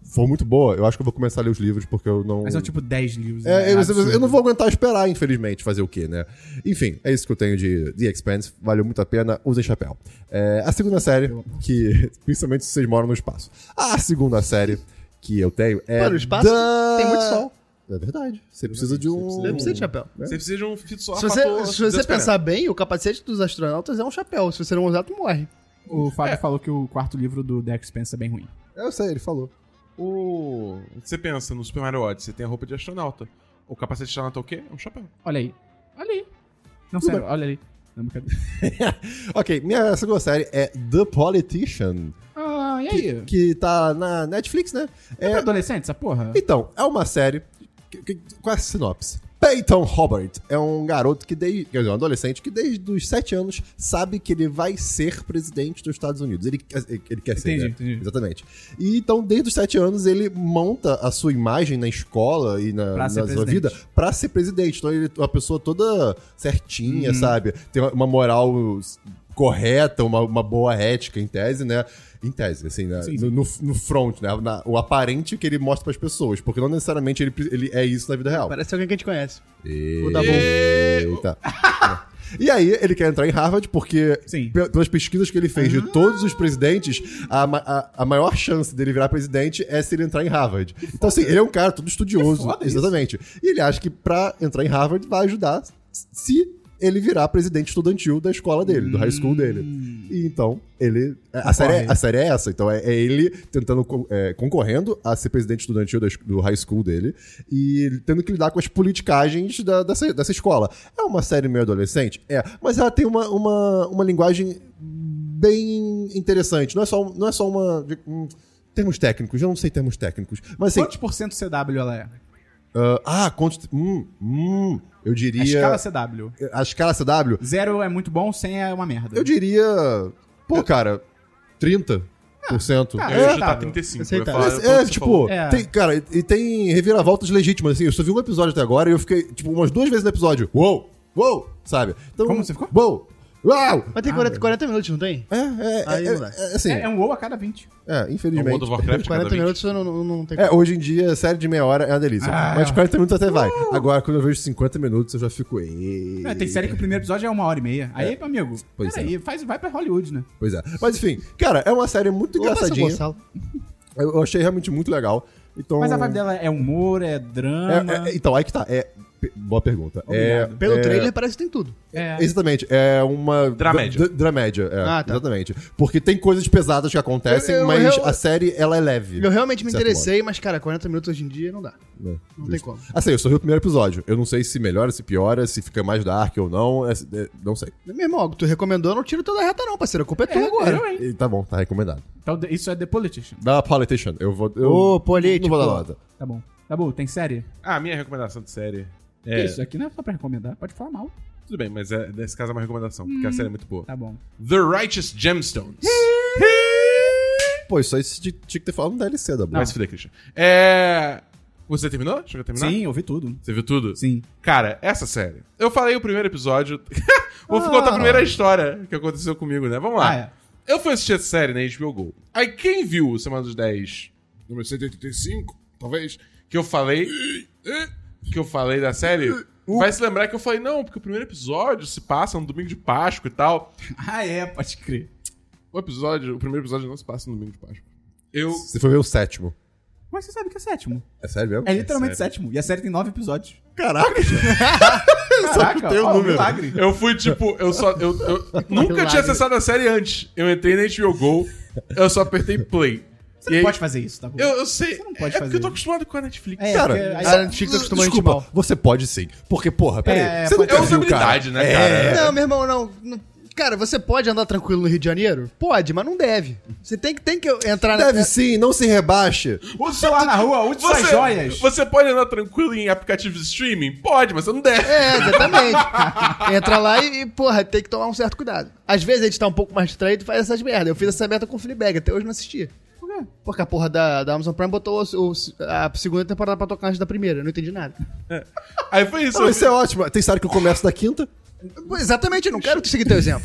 for muito boa, eu acho que eu vou começar a ler os livros, porque eu não.
Mas são tipo 10 livros. né?
É, eu, eu- eu
Absurdo.
não vou aguentar esperar, infelizmente, fazer o quê, né? Enfim, é isso que eu tenho de The Expanse. Valeu muito a pena, usem chapéu. É, a segunda série, que principalmente se vocês moram no espaço. A segunda série que eu tenho é.
Mano, o espaço
da-
tem muito sol.
É verdade. Você precisa de um.
Deve ser de chapéu.
Você precisa de um filtro solar
Se
pra
você,
tua-
se você
Deus
pensar bem, o capacete dos astronautas é um chapéu. Se você não usar, tu morre.
O Fábio falou que o quarto livro do The Expanse é bem ruim.
Eu sei, ele falou.
O... Você pensa no Super Mario Odyssey, tem a roupa de astronauta. O capacete de astronauta é o quê? É um chapéu.
Olha aí. Olha aí. Não, sério, olha ali. Não, brincadeira.
Ok, minha segunda série é The Politician.
Ah, e aí?
que tá na Netflix, né?
É
É,
pra adolescente essa porra?
então, é uma série Que- que- Qual é a sinopse? Peyton Robert é um garoto que desde. Quer dizer, um adolescente que desde os 7 anos sabe que ele vai ser presidente dos Estados Unidos. Ele, ele- ele quer ser.
Entendi,
né?
entendi.
Exatamente. E então, desde os 7 anos, ele monta a sua imagem na escola e na,
Pra
na
ser
sua
presidente.
vida pra ser presidente. Então, ele é uma pessoa toda
Uhum.
certinha, sabe? Tem uma- uma moral correta, uma, uma boa ética, em tese, né? Em tese, assim, né?
Sim,
No, no, no front, né? Na- o aparente que ele mostra pras pessoas, porque não necessariamente ele, pre- ele é isso na vida real.
Parece alguém que a gente conhece.
Eita.
tá bom.
E aí, ele quer entrar em Harvard porque,
Sim. Ah.
pe- pelas pesquisas que ele fez de todos os presidentes, a, ma- a, a maior chance dele virar presidente é se ele entrar em Harvard. Então, assim, ele é um cara todo estudioso.
foda isso.
exatamente. E ele acha que pra entrar em Harvard vai ajudar se ele virar presidente estudantil da escola dele, do high school
Hum.
dele. E então, ele. A série, é- a série é essa. Então, é, é ele tentando. co- é, concorrendo a ser presidente estudantil da es- do high school dele e tendo que lidar com as politicagens da- dessa, dessa escola. É uma série meio adolescente? É. Mas ela tem uma, uma, uma linguagem bem interessante. Não é só, não é só uma. de- hum, termos técnicos, eu não sei termos técnicos. Mas assim.
Quantos por cento CW ela é?
ah, ah, quantos. Hum, hum, eu
A
diria.
escala CW.
A escala CW?
Zero é muito bom, 100 é uma merda.
Eu diria. Pô, cara, 30%.
Ah,
Eu ia
é,
chutar
tá,
35. eu ia
aceitável.
falar,
Mas,
eu tô
é,
com você
tipo,
falando.
falou. É.
tem- cara, e- e tem reviravoltas legítimas, assim. Eu só vi um episódio até agora e eu fiquei, tipo, umas duas vezes no episódio. Uou! Uou! Sabe? Então,
Como você ficou?
Uou! Uau!
Mas tem 40, 40 minutos, não tem?
É, é,
Aí,
é,
moleque.
é, é, assim,
É, é um WoW a cada 20.
é,
No um World
infelizmente.
of
40
Warcraft, cada vinte.
minutos eu não, não, não tem
É, hoje em dia, série de meia hora é uma delícia.
Ah. Uh!
Mas 40 minutos até vai. Agora, quando eu vejo 50 minutos, eu já fico. "Ei".
É, tem série que o primeiro episódio é uma hora e meia. Aí, amigo,
Pois é.
peraí, faz, vai pra Hollywood, né?
Pois é. Mas enfim, cara, é uma série muito
Opa, São
engraçadinha.
Gonçalo.
Eu eu achei realmente muito legal. Então,
Mas a vibe dela é humor, é drama.
É, é, então, aí que tá. É, pe- boa pergunta. É,
Obrigado.
Pelo
é,
trailer parece que tem tudo.
é-
Exatamente, é uma.
Dramédia.
dra- dra- Dramédia, é,
Ah, tá.
exatamente. Porque tem coisas pesadas que acontecem,
Eu- eu-
mas
eu-
a série, ela é leve.
Eu realmente me
certo
interessei, mas, cara, 40 minutos hoje em dia não dá.
né?
Não
Justo.
tem como.
Assim, eu só vi o primeiro episódio. Eu não sei se melhora, se piora, se fica mais dark ou não. é- é- não sei.
Meu irmão, o que tu recomendou, eu não tiro toda a reta, não, parceiro. A culpa é tua agora.
eu, hein?
E tá bom, tá recomendado.
Então, de- isso é The Politician.
Da Politician, eu vou. Eu
Ô,
Não
político.
vou dar nota.
Tá bom. Tá bom, tem série?
Ah, minha recomendação de série.
É.
É,
Isso aqui não é só pra recomendar, pode falar mal.
tudo bem, mas é, nesse caso é uma recomendação, porque a série é muito boa.
Tá bom.
The Righteous Gemstones.
Hum.
Pô, isso aí tinha tinha que ter falado no DLC da
Vai
boa.
se fuder, Christian. É. Você terminou? Chegou a terminar?
Sim, eu vi tudo.
Você viu tudo?
Sim.
Cara, essa série. Eu falei o primeiro episódio. Vou contar a primeira história que aconteceu comigo, né? Vamos lá.
Ah, é.
Eu fui assistir essa série na HBO Go. Aí quem viu o Semana dos 10, número 185, talvez, que eu falei. que eu falei da série. Vai se lembrar que eu falei, não, porque o primeiro episódio se passa no domingo de Páscoa e tal.
Ah, é, pode crer.
O episódio, o primeiro episódio não se passa no domingo de Páscoa. Eu.
Você foi ver o sétimo.
Mas você sabe que é sétimo.
É sério mesmo?
É literalmente sétimo. E a série tem nove episódios.
Caraca!
Caraca,
tem o
ó,
número.
milagre.
Eu fui, tipo, eu só. Eu, eu nunca tinha acessado a série antes. Eu entrei na HBO Go, eu só apertei play.
Você não pode fazer isso, tá bom?
Eu, eu sei.
Você não pode
é porque
fazer.
eu tô acostumado com a Netflix.
É,
Cara,
porque aí-
A Netflix acostumou a gente
Desculpa,
mal.
você pode sim. Porque, porra, peraí.
É,
você não
pode-
quer
É
ver o cara. É.
usabilidade, né, cara?
É. Não, meu irmão, não. Não- Cara, você pode andar tranquilo no Rio de Janeiro? Pode, mas não deve. Você tem que, tem que entrar na.
Deve sim, não se rebaixe.
Use lá na rua, use suas
Você,
joias.
você pode andar tranquilo em aplicativos de streaming? Pode, mas você não deve.
É, exatamente. Entra lá e, e, porra, tem que tomar um certo cuidado. Às vezes a gente tá um pouco mais distraído e faz essas merdas. Eu fiz essa merda com o Fleabag, até hoje não assisti.
Por quê?
Porque a porra da, da Amazon Prime botou o- o- a segunda temporada pra tocar antes da primeira, eu não entendi nada.
Aí foi isso.
Não,
eu
isso
vi-
é ótimo. Tem série que eu começo da quinta.
Exatamente, eu não quero seguir teu exemplo.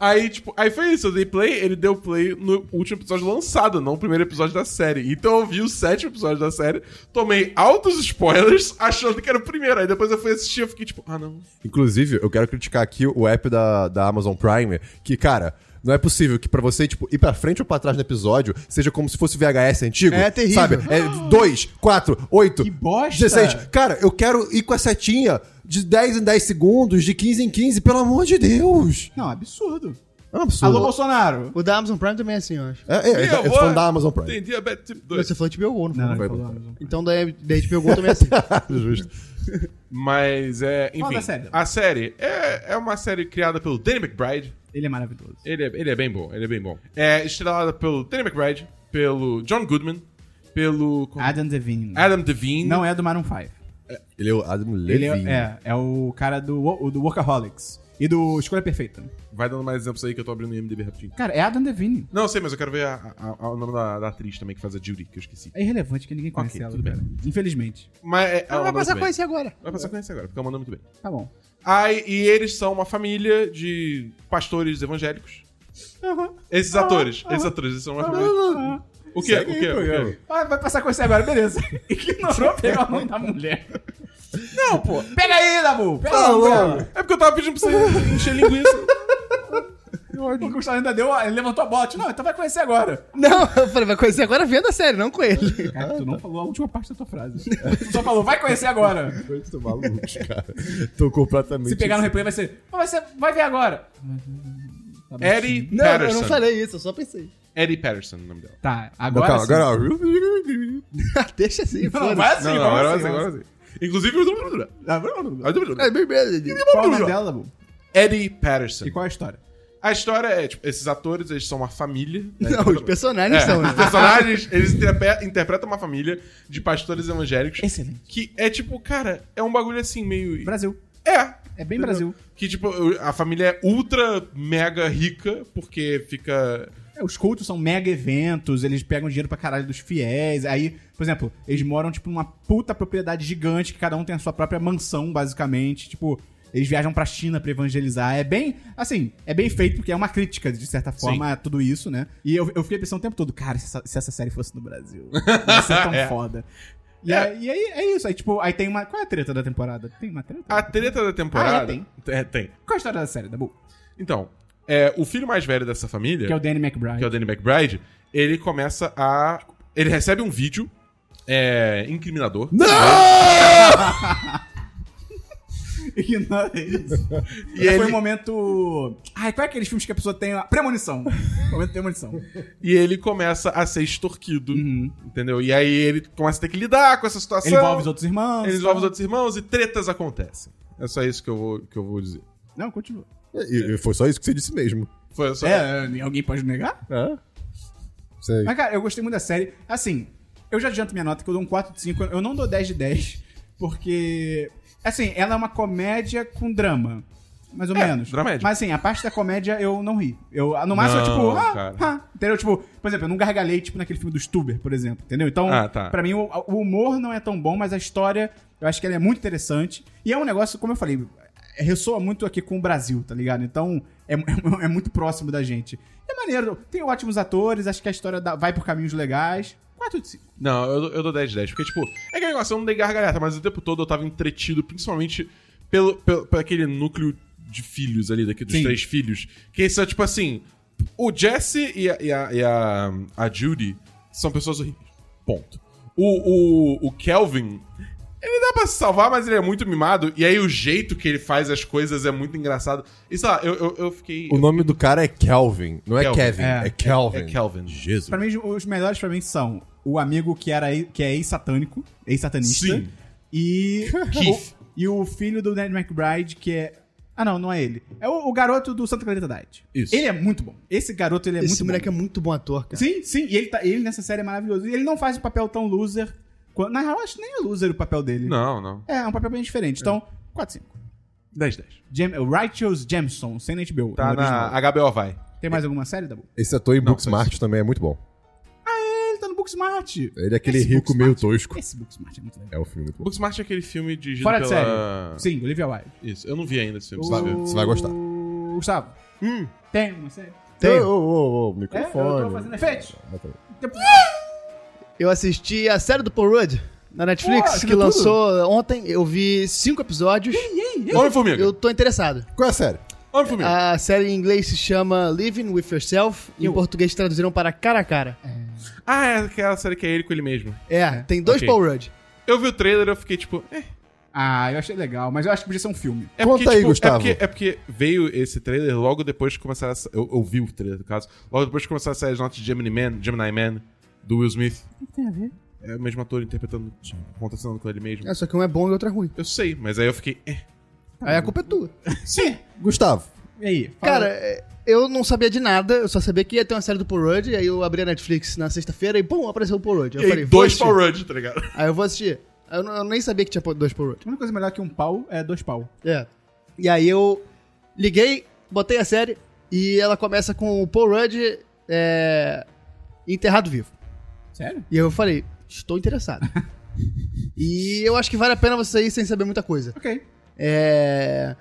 Aí, tipo, aí foi isso. Eu dei play, ele deu play no último episódio lançado, não o primeiro episódio da série. Então eu vi o sétimo episódio da série, tomei altos spoilers, achando que era o primeiro. Aí depois eu fui assistir e fiquei tipo, ah não.
Inclusive, eu quero criticar aqui o app da, da Amazon Prime, que, cara, não é possível que pra você, tipo, ir pra frente ou pra trás no episódio seja como se fosse VHS antigo.
É terrível.
Sabe? É 2, 4, 8,
Que bosta!
16. Cara, eu quero ir com a setinha de 10 em 10 segundos, de 15 em 15, pelo amor de Deus.
Não, absurdo.
É um absurdo.
Alô, Bolsonaro.
O da Amazon Prime também é assim, eu acho.
É, é, é,
Meu
eu tô
avô
falando da Amazon Prime.
Tem diabetes tipo 2.
Você falou de BO,
Não,
não foi?
ele
vai,
falou
vai.
Amazon.
Então da, da HBO Go também é assim.
Ah, Justo.
Mas é. Enfim,
Fala da série.
a série é, é uma série criada pelo Danny McBride.
Ele é maravilhoso.
Ele é, ele é bem bom, ele é bem bom. É estrelada pelo Danny McBride, pelo John Goodman, pelo.
Adam Devine.
Adam Devine.
Não é do Maroon 5.
Ele é o Adam
Ele
Levine.
é, é, é o cara do, Wo- o do Workaholics e do Escolha Perfeita.
Vai dando mais exemplos aí que eu tô abrindo o IMDB rapidinho.
Cara, é Adam Devine.
Não, eu sei, mas eu quero ver a- a- a- o nome da, da atriz também que faz a Judy, que eu esqueci.
É irrelevante que ninguém conhece
Ok,
ela,
tudo
cara. Infelizmente.
Mas é, ela
Ela vai
mandou
passar
muito
com
bem.
esse agora.
Vai passar com esse agora, porque ela mandou muito bem.
Tá bom.
Aí, e eles são uma família de pastores evangélicos. Esses atores, esses atores, eles são uma família. O que? O
Segue aí
que?
o
O
programa.
quê?
Ah, vai passar com você agora, beleza. Ignorou pegar a mão da mulher.
Não, pô.
Pega aí, Dabu! Pega a mão dela.
É porque eu tava pedindo pra você encher linguiça.
O Gustavo ainda deu, ele levantou a bote. Não, então vai conhecer agora.
Não, eu falei, vai conhecer agora vendo a série, não com ele.
Cara, tu não falou a última parte da tua frase. Tu só falou, vai conhecer agora.
Eles tão malucos, cara. Tô completamente.
Se pegar no replay vai ser, "Ah, vai, ser vai ver agora. Tá
Eddie
Não,
Patterson.
eu não falei isso, eu só pensei.
Eddie Patterson, o nome dela.
Tá,
Não,
agora
calma,
sim.
agora. é ó.
Deixa assim,
Não,
foda-se.
vai assim,
Não, não,
vai
agora
assim,
sim,
vai
agora
assim.
sim. Inclusive,
É, bem, bem, bem.
Qual o nome dela, Dabu?
Eddie Patterson.
E qual é a história?
A história é, tipo, esses atores, eles são uma família. né?
Não, os personagens
É,
são. né?
Os personagens, eles interpre- interpretam uma família de pastores evangélicos.
Excelente.
Que é tipo, cara, é um bagulho assim, meio.
Brasil.
É.
É bem Brasil.
Que, tipo, eu- a família é ultra mega rica, porque fica.
É, os cultos são mega eventos, eles pegam dinheiro pra caralho dos fiéis. Aí, por exemplo, eles moram, tipo, numa puta propriedade gigante que cada um tem a sua própria mansão, basicamente. Tipo, eles viajam pra China pra evangelizar. É bem, assim, é bem feito, porque é uma crítica, de certa forma, a tudo isso, né? E eu, eu fiquei pensando o tempo todo, cara, se essa, se essa série fosse no Brasil, ia ser tão
É.
foda. E,
É.
aí, e aí é isso. Aí, tipo, aí tem uma. Qual é a treta da temporada? Tem uma treta?
A treta da temporada.
Ah, é, tem.
É, tem.
Qual é a história da série, Dabu?
Então, é, o filho mais velho dessa família,
Que é o Danny McBride.
que é o Danny McBride, ele começa a. Ele recebe um vídeo é, incriminador.
Ignora é isso.
E
Foi
ele,
um momento. Ai, qual é aqueles filmes que a pessoa tem. a Premonição. Um momento de premonição.
e ele começa a ser extorquido. Entendeu? E aí ele começa a ter que lidar com essa situação.
Uhum. Ele envolve os outros irmãos.
Ele envolve os outros irmãos e tretas acontecem. É só isso que eu vou, que eu vou dizer.
Não, continua.
E, e foi só isso que você disse mesmo.
Foi só.
É, alguém pode negar?
Hã? Sei.
Mas, cara, eu gostei muito da série. Assim, eu já adianto minha nota que eu dou um 4 de 5. Eu não dou 10 de 10, porque. Assim, ela é uma comédia com drama. Mais ou
É,
menos.
dramédia.
Mas assim, a parte da comédia eu não ri. Eu, no máximo,
Não,
eu, tipo, ah,
cara.
ah, entendeu? Tipo, por exemplo, eu não gargalhei, tipo, naquele filme do Stuber, por exemplo, entendeu? Então,
Ah, tá.
pra mim, o, o humor não é tão bom, mas a história, eu acho que ela é muito interessante. E é um negócio, como eu falei, é, ressoa muito aqui com o Brasil, tá ligado? Então, é, é- é muito próximo da gente. É maneiro, tem ótimos atores, acho que a história dá- vai por caminhos legais. 4 de 5.
Não, eu, dou- eu dou 10 de 10. Porque, tipo, é aquele negócio, eu não dei gargalhada, mas o tempo todo eu tava entretido, principalmente pelo, pelo, por aquele núcleo de filhos ali, daqui dos
Sim.
três filhos. Que são, tipo assim, o Jesse e a, e a, e a, a Judy são pessoas horríveis. Ponto. O, o, o Kelvin, ele dá pra se salvar, mas ele é muito mimado. E aí o jeito que ele faz as coisas é muito engraçado. E sei lá, eu, eu, eu fiquei.
O nome do cara é Kelvin. Não é
Kelvin.
Kevin,
É,
é, Kelvin.
é Kelvin.
Jesus.
Pra mim, os melhores pra mim são o amigo que, era, ex- que é ex-satânico, ex-satanista.
Sim.
E.
Keith.
O, e o filho do Ned McBride, que é. Ah, não, não é ele. É o, o garoto do Santa Clarita Diet.
Isso.
Ele é muito bom. Esse garoto, ele é
Esse
muito
moleque
bom.
é muito bom ator, cara.
Sim, sim. E ele, tá, ele nessa série é maravilhoso. E ele não faz um papel tão loser. quan- Na real, acho que nem é loser o papel dele.
Não, não.
É, é um papel bem diferente. Então, 4-5.
10 10.
Jam- Righteous Gemstone, sem HBO.
Tá
no original.
na HBO Vai.
Tem mais alguma série, Dabu?
Esse ator em
Não,
Booksmart também é muito bom.
Ele tá no Booksmart.
Ele é aquele
Esse
rico
Booksmart-
meio tosco.
Esse Booksmart é muito legal.
É um filme muito bom.
Booksmart é aquele filme dirigido
Fora de
pela...
série. Sim, Olivia Wilde.
Isso, eu não vi ainda esse filme.
Você vai ver, você vai gostar.
Gustavo, tem uma série?
Tem.
Ô, ô, ô,
É, eu tô fazendo efeito.
Eu assisti a série do Paul Rudd na
Pô,
Netflix,
você
que
viu
lançou ontem. Eu vi cinco episódios.
Homem-Formiga.
Eu tô interessado.
Qual é a série?
Homem-Formiga.
A série em inglês se chama Living with Yourself. Em
Eu-
português traduziram para Cara a Cara.
Ah, é aquela série que é ele com ele mesmo.
É, tem dois
Ok.
Paul Rudd.
Eu vi o trailer e eu fiquei tipo... É,
Ah, eu achei legal, mas eu acho que podia ser um filme.
é
Conta
porque,
aí,
tipo,
Gustavo.
É porque, é porque veio esse trailer logo depois de começar a... sa- Eu, eu vi o trailer, no caso. Logo depois de começar a sair as notas de Gemini Man, Gemini Man, do Will Smith.
O que tem a ver?
É o mesmo ator interpretando, acontecendo com ele mesmo.
É, só que um é bom e o outro é ruim.
Eu sei, mas aí eu fiquei... É.
Aí a culpa é tua.
Sim.
Gustavo.
E aí? fala-
Cara, é, eu não sabia de nada, eu só sabia que ia ter uma série do Paul Rudd, e aí eu abri a Netflix na sexta-feira e, pum, apareceu o Paul Rudd. Eu
E aí,
falei, vou
dois
assistir.
Paul Rudd, tá ligado?
Aí eu vou assistir. Eu, não- eu nem sabia que tinha po- dois Paul Rudd.
A única coisa melhor que um pau é dois pau.
É. E aí eu liguei, botei a série, e ela começa com o Paul Rudd é, enterrado vivo.
Sério?
E eu falei, estou interessado. e eu acho que vale a pena você ir sem saber muita coisa.
Ok.
É,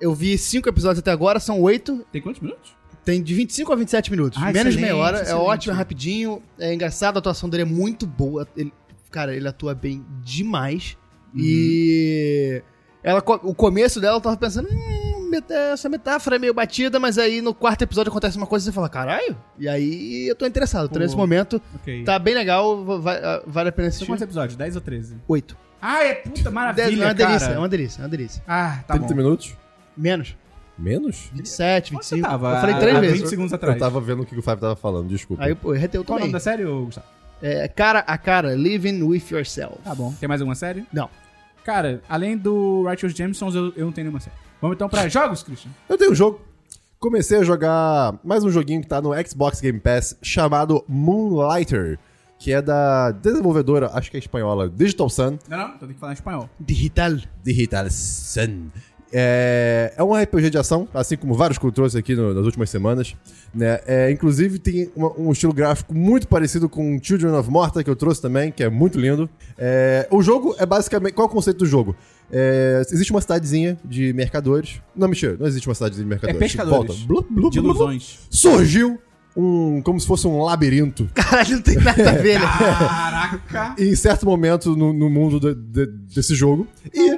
Eu vi cinco episódios até agora, são oito.
Tem quantos minutos?
Tem de 25 a 27 minutos.
Ah,
Menos de
excelente,
meia hora. É
excelente.
ótimo, é rapidinho. É engraçado, a atuação dele é muito boa. Ele- cara, ele atua bem demais.
Uhum.
E. Ela, co- o começo dela eu tava pensando. Hum, meta- essa metáfora é meio batida, mas aí no quarto episódio acontece uma coisa e você fala, caralho? E aí eu tô interessado. Tô
Pô.
nesse momento.
Ok.
Tá bem legal, va- va- vale a pena
São
assistir.
quantos episódios? 10 ou 13?
Oito.
Ah, é puta maravilha,
é uma delícia,
cara.
é uma delícia, é uma delícia.
Ah, tá
30
bom.
minutos?
Menos.
Menos?
27,
Onde você
25.
tava?
eu falei
há-
três
há
vezes.
20 segundos atrás.
Eu tava vendo o que o Fábio tava falando, desculpa.
Aí, pô, reteu
Qual o nome
também.
da série, ô, Gustavo?
É, cara a cara, Living With Yourself.
Tá bom. Tem mais alguma série?
Não.
Cara, além do Righteous Jamesons, eu, eu não tenho nenhuma série. Vamos então pra jogos, Christian.
Eu tenho um jogo. Comecei a jogar mais um joguinho que tá no Xbox Game Pass chamado Moonlighter, que é da desenvolvedora, acho que é espanhola, Digital Sun.
Não, não, então tem que falar em espanhol.
Digital.
Digital Sun. É, é um RPG de ação, assim como vários que eu trouxe aqui no- nas últimas semanas. Né? É, inclusive, tem uma- um estilo gráfico muito parecido com Children of Morta, que eu trouxe também, que é muito lindo. É, o jogo é basicamente. Qual é o conceito do jogo? É, existe uma cidadezinha de mercadores. Não, mentira, não existe uma cidadezinha de mercadores.
É pescadores.
Blu, blu,
De
blu, blu.
ilusões.
Surgiu um. como se fosse um labirinto
Caralho, não tem nada a ver, né?
Caraca!
em certo momento no, no mundo de- de- desse jogo. E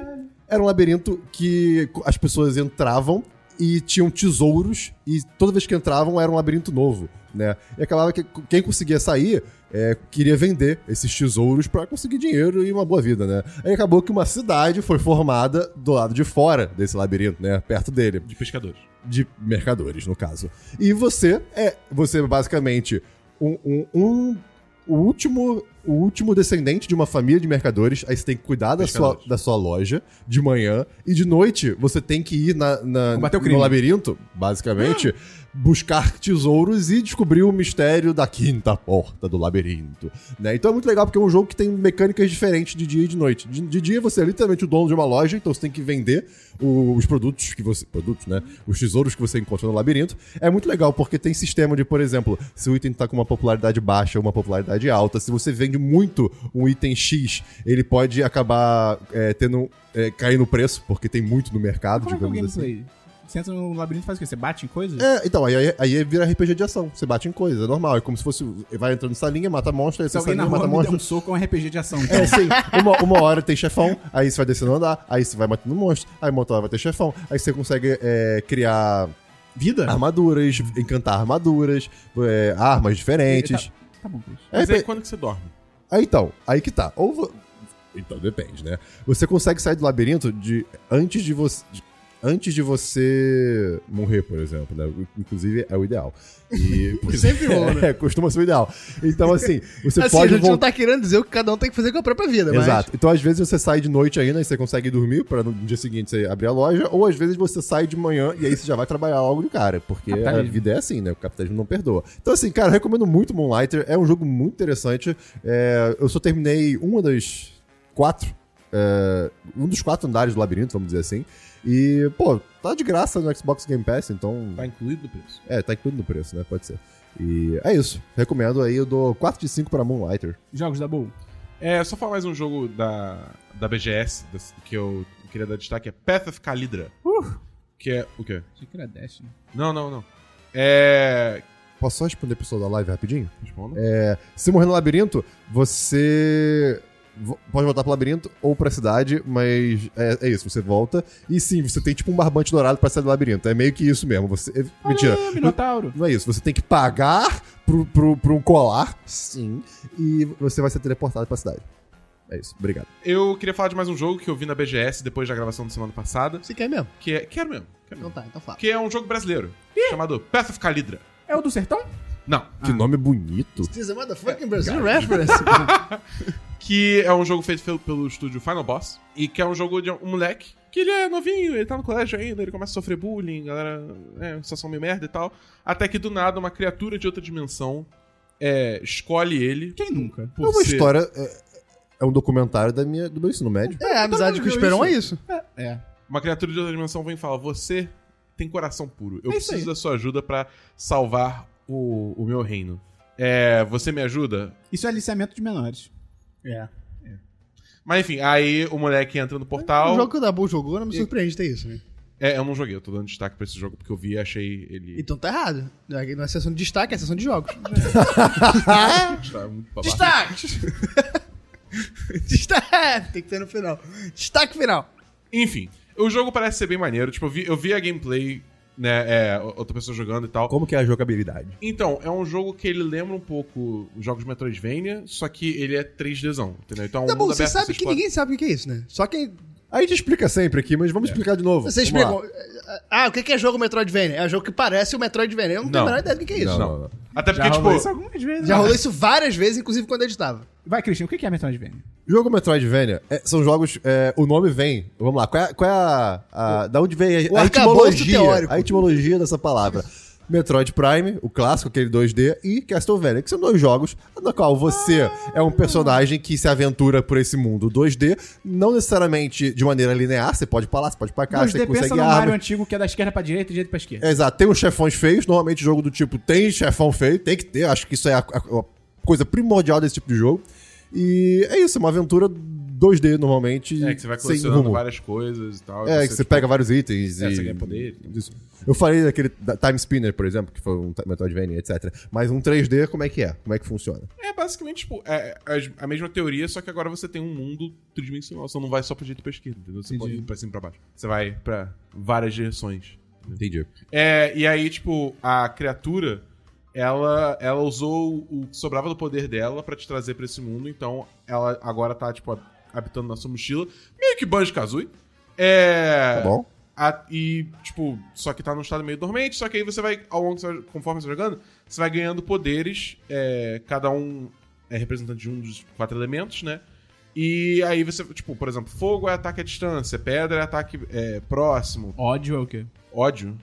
era um labirinto que co- as pessoas entravam e tinham tesouros, e toda vez que entravam era um labirinto novo, né? E acabava que co- quem conseguia sair é, queria vender esses tesouros pra conseguir dinheiro e uma boa vida, né? Aí acabou que uma cidade foi formada do lado de fora desse labirinto, né? Perto dele
De pescadores.
de mercadores, no caso. E você é, você é basicamente um, um- um- o último, o último descendente de uma família de mercadores. Aí você tem que cuidar da sua,
Pescadores.
da sua loja de manhã e de noite você tem que ir na, na-
Combater o crime.
no labirinto, basicamente, buscar tesouros e descobrir o mistério da quinta porta do labirinto. né? Então é muito legal porque é um jogo que tem mecânicas diferentes de dia e de noite. De, de dia você é literalmente o dono de uma loja, então você tem que vender o- os produtos que você. Produtos, né? Os tesouros que você encontra no labirinto. É muito legal, porque tem sistema de, por exemplo, se o item tá com uma popularidade baixa ou uma popularidade alta, se você vende muito um item X, ele pode acabar é, tendo. É, caindo o preço, porque tem muito no mercado,
Como é que é o
digamos assim.
gameplay? Você entra no labirinto e faz o quê? Você bate em coisas?
É, então, aí, aí, aí vira RPG de ação. Você bate em coisas, é normal. É como se fosse. Vai entrando em salinha, mata monstro, aí
Se
você
alguém
salinha,
na rua
mata
me um der
monstro.
um soco, é um RPG de ação.
É, sim. Uma, uma hora tem chefão, aí você vai descendo andar, aí você vai matando monstro, aí uma outra hora vai ter chefão, aí você consegue é, criar
Vida?
armaduras, encantar armaduras, é, armas diferentes.
Tá bom, Christian.
É,
Mas aí
pe-
quando que você dorme?
Aí então, aí que tá. Ou vo- então depende, né? Você consegue sair do labirinto de antes de você de- antes de você morrer, por exemplo, né? Inclusive é o ideal. E
Sempre rola, né?
é, costuma ser o ideal. Então assim, você
Assim, a
pode
gente não
voltar
tá querendo dizer o que cada um tem que fazer com a própria vida, mas...
Exato. Então, às vezes, você sai de noite ainda e você consegue dormir pra no dia seguinte você abrir a loja, ou às vezes você sai de manhã e aí você já vai trabalhar logo de cara, porque a
Capitalismo.
vida é assim, né? O capitalismo não perdoa. Então, assim, cara, eu recomendo muito Moonlighter. É um jogo muito interessante. É, eu só terminei uma das quatro. é, um dos quatro andares do labirinto, vamos dizer assim. E, pô, tá de graça no Xbox Game Pass, então.
Tá incluído no preço.
É, tá incluído no preço, né? Pode ser. E é isso. Recomendo aí. Eu dou 4 de 5 pra Moonlighter.
Jogos da Bull.
É, só falar mais um jogo da, da BGS das- que eu queria dar destaque, é Path of Calidra. Que é o quê?
Achei que era Destiny.
Não, não, não. É...
Posso só responder o pessoal da live rapidinho?
Responda.
Se morrer no labirinto, você vo- pode voltar pro labirinto ou pra cidade, mas é, é isso, você volta. E sim, você tem tipo um barbante dourado pra sair do labirinto. É meio que isso mesmo. Você, é- mentira.
Ah, Minotauro.
Não é isso. Você tem que pagar pro, pro, pro um colar, sim, e você vai ser teleportado pra cidade. É isso. Obrigado.
Eu queria falar de mais um jogo que eu vi na BGS depois da gravação da semana passada,
Você quer mesmo?
que é... Quero mesmo. Quero
Então
mesmo.
tá, então fala.
Que é um jogo brasileiro, chamado Path of Calidra.
É o do Sertão?
Não.
Que nome bonito.
This is a motherfucking Brazil reference.
Que é um jogo feito pelo, pelo estúdio Final Boss. E que é um jogo de um moleque que ele é novinho, ele tá no colégio ainda, ele começa a sofrer bullying, galera. É, uma situação meio merda e tal. Até que do nada uma criatura de outra dimensão é, escolhe ele.
Quem nunca?
É uma
ser-
história. É, é um documentário da minha, do meu ensino médio.
É, a amizade com o Esperon é isso.
É.
Uma criatura de outra dimensão vem e fala: Você tem coração puro. Eu
É isso
preciso
aí.
da sua ajuda pra salvar o, o meu reino. É, você me ajuda?
Isso é aliciamento de menores.
É.
Mas enfim, aí o moleque entra no portal.
O jogo que o Dabu jogou não me surpreende ter isso, né?
É, eu não joguei, eu tô dando destaque pra esse jogo porque eu vi e achei ele.
Então tá errado. Não é- não é sessão de destaque, é sessão de jogos. É.
Tá muito babaca.
Destaque! Destaque! Tem que ter no final. Destaque final.
Enfim, o jogo parece ser bem maneiro. Tipo, eu vi, eu vi a gameplay, né? é, outra pessoa jogando e tal.
Como que é a jogabilidade?
Então, é um jogo que ele lembra um pouco os jogos de Metroidvania, só que ele é 3Dzão, entendeu? Então, é um
Tá bom,
mundo
você
aberto,
sabe que
explora-
ninguém sabe o que que é isso, né? Só quem.
A gente explica sempre aqui, mas vamos explicar de novo.
Vocês
Vamos lá.
pegam. Ah, o que que é jogo Metroidvania? É um jogo que parece o Metroidvania. Eu não tenho a
Não.
menor ideia do que que é
Não,
isso.
não, não.
Até
Já
porque, tipo,
rolou isso algumas vezes. né?
Já rolou isso várias vezes, inclusive quando eu editava.
Vai, Christian, o que é Metroidvania?
Jogo Metroidvania é, são jogos. é, o nome vem. Vamos lá. Qual é, qual é a, a- Da onde vem a,
O
a
arcabouço
etimologia?
teórico.
A etimologia dessa palavra. Metroid Prime, o clássico, aquele 2D, e Castlevania, que são dois jogos no qual você é um personagem que se aventura por esse mundo 2D, não necessariamente de maneira linear, você pode ir pra lá, você pode ir pra cá, você
2D, pensa
consegue
no Mario
arma.
antigo que é da esquerda pra direita e direita pra esquerda.
Exato, tem uns chefões feios, normalmente jogo do tipo tem chefão feio, tem que ter, acho que isso é a, a- a coisa primordial desse tipo de jogo. E é isso, é uma aventura 2D normalmente.
é que você vai
sem
colecionando
rumo.
várias coisas e tal. e
É, que você pega vários itens
É,
e...
você ganha poder.
Isso. Eu falei daquele da Time Spinner, por exemplo, que foi um t- Metroidvania, etc. Mas um 3D, como é que é? Como é que funciona?
É basicamente, tipo, é, é a mesma teoria, só que agora você tem um mundo tridimensional. Você não vai só pra direita e pra esquerda, entendeu? Você pode ir pra cima e pra baixo. Você vai pra várias direções.
Entendi.
É, e aí, tipo, a criatura, ela, ela usou o que sobrava do poder dela pra te trazer pra esse mundo, então ela agora tá, tipo, habitando na sua mochila. Meio que Banjo-Kazooie. É...
Tá bom?
A- e, tipo, só que tá num estado meio dormente, só que aí você vai, ao longo, que você vai- conforme você vai jogando, você vai ganhando poderes, é, cada um é representante de um dos quatro elementos, né? E aí você, tipo, por exemplo, fogo é ataque à distância, pedra é ataque é, próximo,
Ódio é o quê?
ódio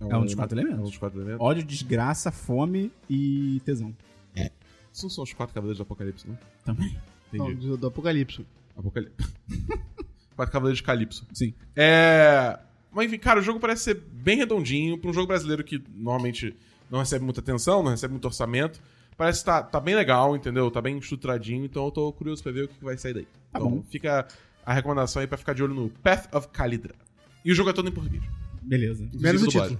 É um dos quatro elementos.
É um dos quatro elementos.
Ódio, desgraça, fome e tesão.
Isso não são os quatro cavaleiros do apocalipse, né?
Também.
Entendi.
Não, do, do Apocalipse.
Apocalipse. Quatro Cavaleiros de Calypso.
Sim.
É. Mas enfim, cara, o jogo parece ser bem redondinho. Pra um jogo brasileiro que normalmente não recebe muita atenção, não recebe muito orçamento. Parece que tá, tá bem legal, entendeu? Tá bem estruturadinho, então eu tô curioso pra ver o que que vai sair daí.
Tá
então
bom.
fica a recomendação aí pra ficar de olho no Path of Calidra. E o jogo é todo em português.
Beleza.
Menos o
Inclusive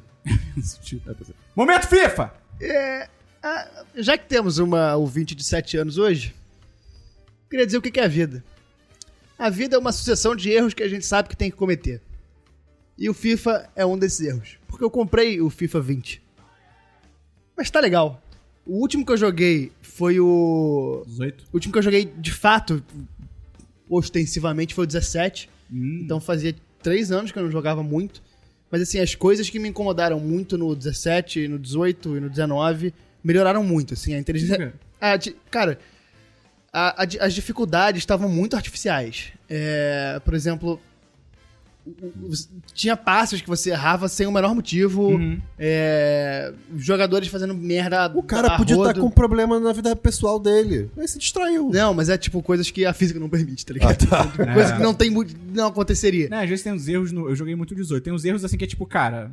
título. tá,
Momento FIFA!
Ah, já que temos uma ouvinte de 7 anos hoje, queria dizer o que que é a vida. A vida é uma sucessão de erros que a gente sabe que tem que cometer. E o FIFA é um desses erros. Porque eu comprei o FIFA 20. Mas tá legal. O último que eu joguei foi o.
18.
O último que eu joguei de fato, ostensivamente, foi o 17.
Hum.
Então fazia três anos que eu não jogava muito. Mas assim, as coisas que me incomodaram muito no 17, no 18 e no 19 melhoraram muito, assim, a inteligência... A di- cara, a- a di- as dificuldades estavam muito artificiais. É, por exemplo, o- o- você- tinha passos que você errava sem o menor motivo, é, jogadores fazendo merda
Uhum. O cara
Tá
a
podia estar
rodo.
com um problema na vida pessoal dele. Aí se distraiu.
Não, mas é tipo coisas que a física não permite, tá ligado?
É.
Coisa que não tem mu- não aconteceria.
Né, às vezes tem uns erros no. Eu joguei muito 18. Tem uns erros assim que é tipo, cara.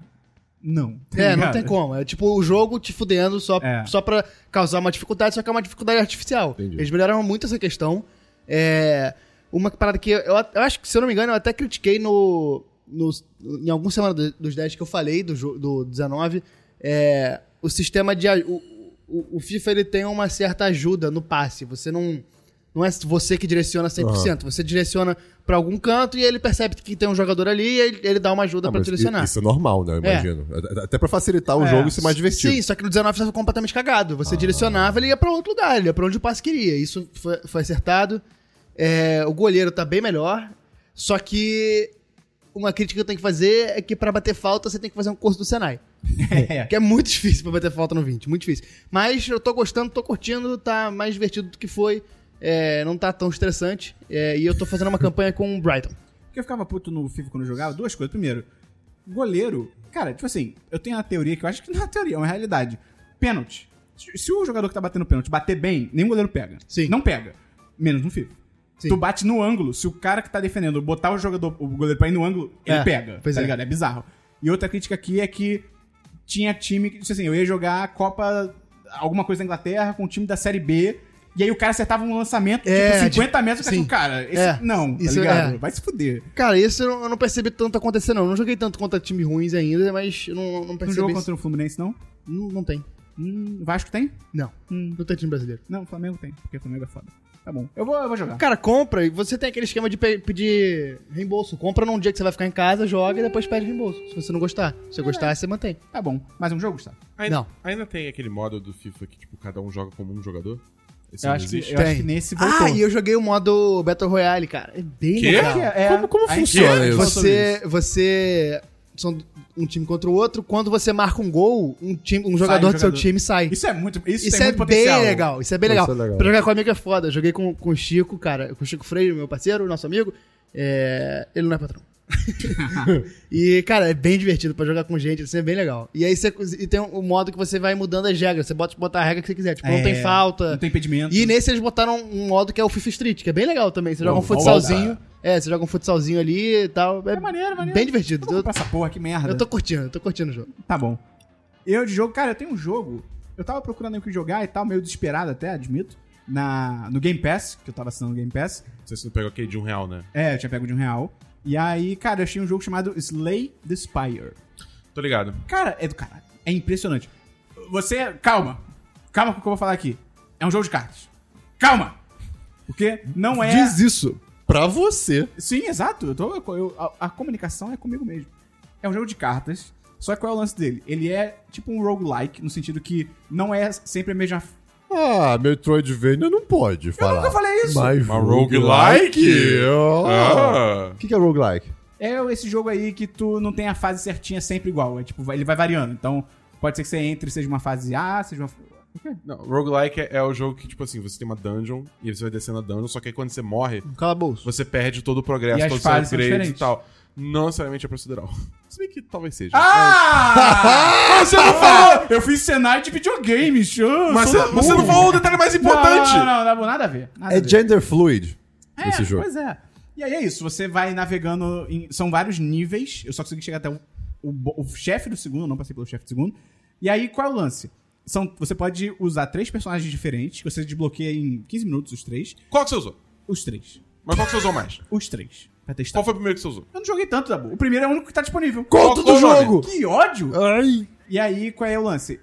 Não. tá
É, não
ligado?
tem como. É tipo o jogo te fudendo só,
É.
só pra causar uma dificuldade, só que é uma dificuldade artificial.
Entendi.
Eles melhoraram muito essa questão. É, uma parada que eu, eu acho que, se eu não me engano, eu até critiquei no, no, em algum semana do- dos 10 que eu falei, do, jo- do 19, é, o sistema de. a- O, o, o FIFA ele tem uma certa ajuda no passe. Você não. Não é você que direciona 100%. Você direciona pra algum canto e ele percebe que tem um jogador ali e ele, ele dá uma ajuda
Ah,
pra
mas
direcionar.
i- Isso é normal, né? Eu
É.
imagino. Até pra facilitar o
É.
jogo e ser mais divertido. Ah.
Sim, só que no 19 estava completamente cagado. Você direcionava, ele ia pra outro lugar, ele ia pra onde o passe queria. Isso foi, foi acertado. É, o goleiro tá bem melhor. Só que uma crítica que eu tenho que fazer é que pra bater falta você tem que fazer um curso do Senai.
É.
Que é muito difícil pra bater falta no 20, muito difícil. Mas eu tô gostando, tô curtindo, tá mais divertido do que foi. é, não tá tão estressante. é, e eu tô fazendo uma campanha com o Brighton.
O que eu ficava puto no FIFA quando eu jogava, duas coisas. Primeiro, goleiro, cara, tipo assim, eu tenho uma teoria que eu acho que não é uma teoria, é uma realidade. Pênalti. Se se o jogador que tá batendo pênalti bater bem, nenhum goleiro pega.
Sim.
Não pega. Menos no FIFA.
Sim.
Tu bate no ângulo, se o cara que tá defendendo botar o jogador, o goleiro pra ir no ângulo, ele
É,
pega.
pois
tá
é.
ligado? É bizarro. E outra crítica aqui é que tinha time que, tipo assim, eu ia jogar a Copa, alguma coisa da Inglaterra com um time da Série B. E aí o cara acertava um lançamento,
É,
tipo, 50 metros, o
sim.
cara, esse,
É,
não, tá
isso-
ligado?
é.
Vai se fuder.
Cara, isso eu não, eu não percebi tanto acontecer, não. Eu não joguei tanto contra times ruins ainda, mas eu não, não
Não
percebi.
jogou
isso.
contra o Fluminense, não?
Não, não tem.
Hum, Vasco tem?
Não. Não tem time brasileiro.
Não, Flamengo tem, porque Flamengo é foda. Tá bom. Eu vou, eu vou jogar.
Cara, compra e você tem aquele esquema de pe- pedir reembolso. Compra num dia que você vai ficar em casa, joga e depois pede reembolso. Se você não gostar. Se você gostar, você mantém.
Tá bom. Mais um jogo, Gustavo?
Ainda,
Não.
ainda tem aquele modo do FIFA que, tipo, cada um joga como um jogador? Esse
Eu
não
acho, que,
existe?
eu acho
Tem.
que nesse voltou.
Ah, e eu joguei o modo Battle Royale, cara. É bem
Quê?
legal.
como,
funciona isso?
Você, você são um time contra o outro. Quando você marca um gol, um, time, um jogador do seu
jogador.
time sai. Isso,
Isso é muito. Isso, tem
é
muito
bem
potencial.
legal. Isso é bem
Isso
legal.
é legal.
Pra jogar com amigo é foda. Eu joguei com, com o Chico, cara, com o Chico Freire, meu parceiro, nosso amigo. É, Ele não é patrão. e, cara, é bem divertido pra jogar com gente, assim, é bem legal. E aí você e tem um, um modo que você vai mudando as regras. Você pode botar a regra que você quiser. Tipo, não
É,
tem falta.
Não tem impedimento.
E nesse eles botaram um modo que é o FIFA Street, que é bem legal também. Você joga um
Vou
futsalzinho. É, você joga um futsalzinho ali e tal. É,
É maneiro, maneiro.
bem divertido.
Eu vou
Eu,
comprar essa porra, que merda.
eu tô curtindo, eu tô curtindo o jogo.
Tá bom. Eu de jogo, cara, eu tenho um jogo. Eu tava procurando aí o que jogar e tal, meio desesperado até, admito. Na, no Game Pass, que eu tava assinando o Game Pass.
Não sei se não pegou aquele de um real, né?
É, eu tinha pego de um real. E aí, cara, eu achei um jogo chamado Slay the Spire.
Tô ligado.
Cara, é do caralho. É impressionante. Você. Calma. Calma com o que eu vou falar aqui. É um jogo de cartas. Calma! Porque não é.
Diz isso pra você.
Sim, exato. Eu tô- eu- a, a comunicação é comigo mesmo. É um jogo de cartas. Só que qual é o lance dele? Ele é tipo um roguelike, no sentido que não é sempre a mesma.
Ah, Metroidvania não pode falar.
nunca falei isso.
Mas
Uma roguelike?
É roguelike? ó.
Ah.
O que, que é roguelike?
É esse jogo aí que tu não tem a fase certinha sempre igual. É tipo, vai- ele vai variando. Então, pode ser que você entre e seja uma fase A, seja uma.
Não, roguelike é, é o jogo que, tipo assim, você tem uma dungeon e você vai descendo a dungeon, só que aí quando você morre,
Calabouço.
você perde todo o
E
progresso,
as
todos os
fases são
upgrades e
diferentes.
tal. Não necessariamente é procedural. Se bem que talvez seja.
Ah! Você não falou! Eu fiz cenário de videogame, show!
Mas, mas
sou
você, você não
burro.
falou o detalhe mais importante!
Não, não, não, não, nada a ver. Nada a
É
ver.
gender fluid
É,
esse jogo.
Pois é. E aí é isso, você vai navegando em. São vários níveis. Eu só consegui chegar até o, o, bo- o chefe do segundo, não passei pelo chefe do segundo. E aí, qual é o lance? São, você pode usar três personagens diferentes, que você desbloqueia em 15 minutos os três.
Qual que você usou?
Os três.
Mas qual que você usou mais?
Os três. Pra testar.
Qual foi o primeiro que você usou?
Eu não joguei tanto, Dabu. O primeiro é o único que tá disponível.
Conto do
Qual o nome?
jogo!
Que ódio!
Ai.
E aí, qual é o lance?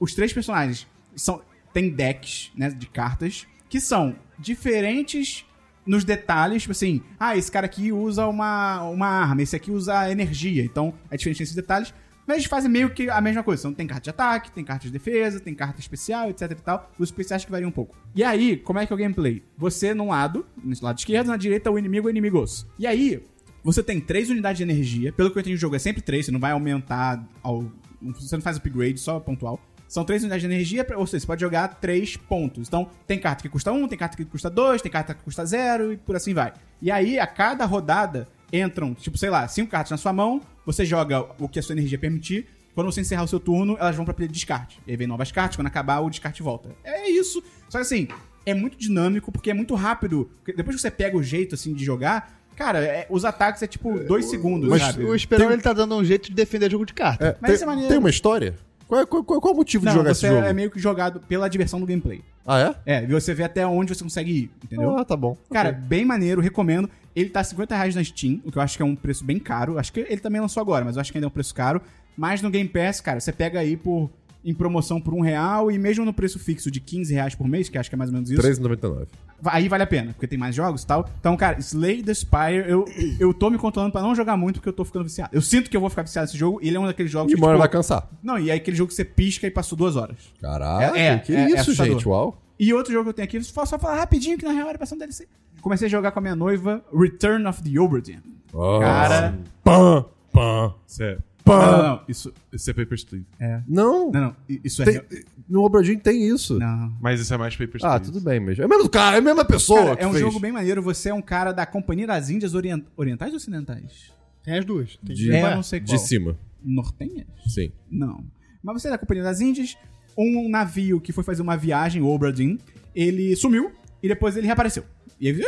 Os três personagens são tem decks, né, de cartas que são diferentes nos detalhes, tipo assim, ah, esse cara aqui usa uma, uma arma, esse aqui usa energia, então é diferente nesses detalhes, mas eles fazem meio que a mesma coisa, então tem carta de ataque, tem carta de defesa, tem carta especial, etc e tal, os especiais que variam um pouco. E aí, como é que é o gameplay? Você num lado, no lado esquerdo, na direita o inimigo e inimigos. E aí, você tem três unidades de energia. Pelo que eu entendi, o jogo é sempre três. Você não vai aumentar. Ao, você não faz upgrade, só pontual. São três unidades de energia, pra- ou seja, você pode jogar três pontos. Então, tem carta que custa um, tem carta que custa dois, tem carta que custa zero e por assim vai. E aí, a cada rodada, entram, tipo, sei lá, cinco cartas na sua mão. Você joga o que a sua energia permitir. Quando você encerrar o seu turno, elas vão pra pilha de descarte. E aí vem novas cartas, quando acabar, o descarte volta. É isso. Só que assim, é muito dinâmico, porque é muito rápido. Porque Depois que você pega o jeito, assim, de jogar, cara, é- os ataques é tipo dois segundos,
mas
sabe?
O Esperão, ele tá dando um jeito de defender jogo de carta.
É,
Mas isso é
tem,
maneiro.
tem uma história? Qual, é- qual- qual- qual é o motivo
Não,
de jogar
você
esse jogo?
é meio que jogado pela diversão do gameplay.
Ah, é?
É, e você vê até onde você consegue ir, entendeu?
Ah, tá bom.
Cara, bem maneiro, recomendo. Ele tá R$ 50 reais na Steam, o que eu acho que é um preço bem caro. Acho que ele também lançou agora, mas eu acho que ainda é um preço caro. Mas no Game Pass, cara, você pega aí por em promoção por um real e mesmo no preço fixo de 15 reais por mês, que acho que é mais ou menos isso.
Ok. 3,99.
Va- Aí vale a pena, porque tem mais jogos e tal. Então, cara, Slay the Spire, eu, eu tô me controlando pra não jogar muito, porque eu tô ficando viciado. Eu sinto que eu vou ficar viciado nesse jogo, e ele é um daqueles jogos
E
que.
uma hora
tipo,
vai cansar.
Não, e é aquele jogo que você pisca e passou duas horas.
Caraca,
É,
que
é, é
isso,
assustador.
gente? Uau.
E outro jogo que eu tenho aqui, só, só falar rapidinho que na real era um passando DLC. Comecei a jogar com a minha noiva Return of the Oberdin.
Oh.
Cara,
Pã, pã.
Sério.
Não, não,
Pã!
não. Isso.
Isso é Papers, Please.
É.
Não,
Não, não. i- Isso é.
tem- no Obradinho tem isso.
Não.
Mas isso é mais Papers,
Ah,
Please.
tudo bem, mas é o mesmo cara, é a mesma pessoa
Cara,
que
é um
fez.
jogo bem maneiro. Você é um cara da Companhia das Índias Orien- Orientais ou Ocidentais?
Tem as duas. Tem
é, eu não sei qual.
De cima,
Nortenhas?
sim.
Não. Mas você é da Companhia das Índias, um navio que foi fazer uma viagem, o Obradin, ele sumiu e depois ele reapareceu. E aí,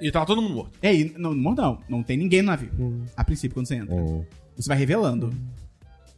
E tava todo mundo morto.
"Ih!" e aí não, não, morre não, não tem ninguém no navio. A princípio, quando você
É. Hum.
entra.
Um-
Você vai revelando.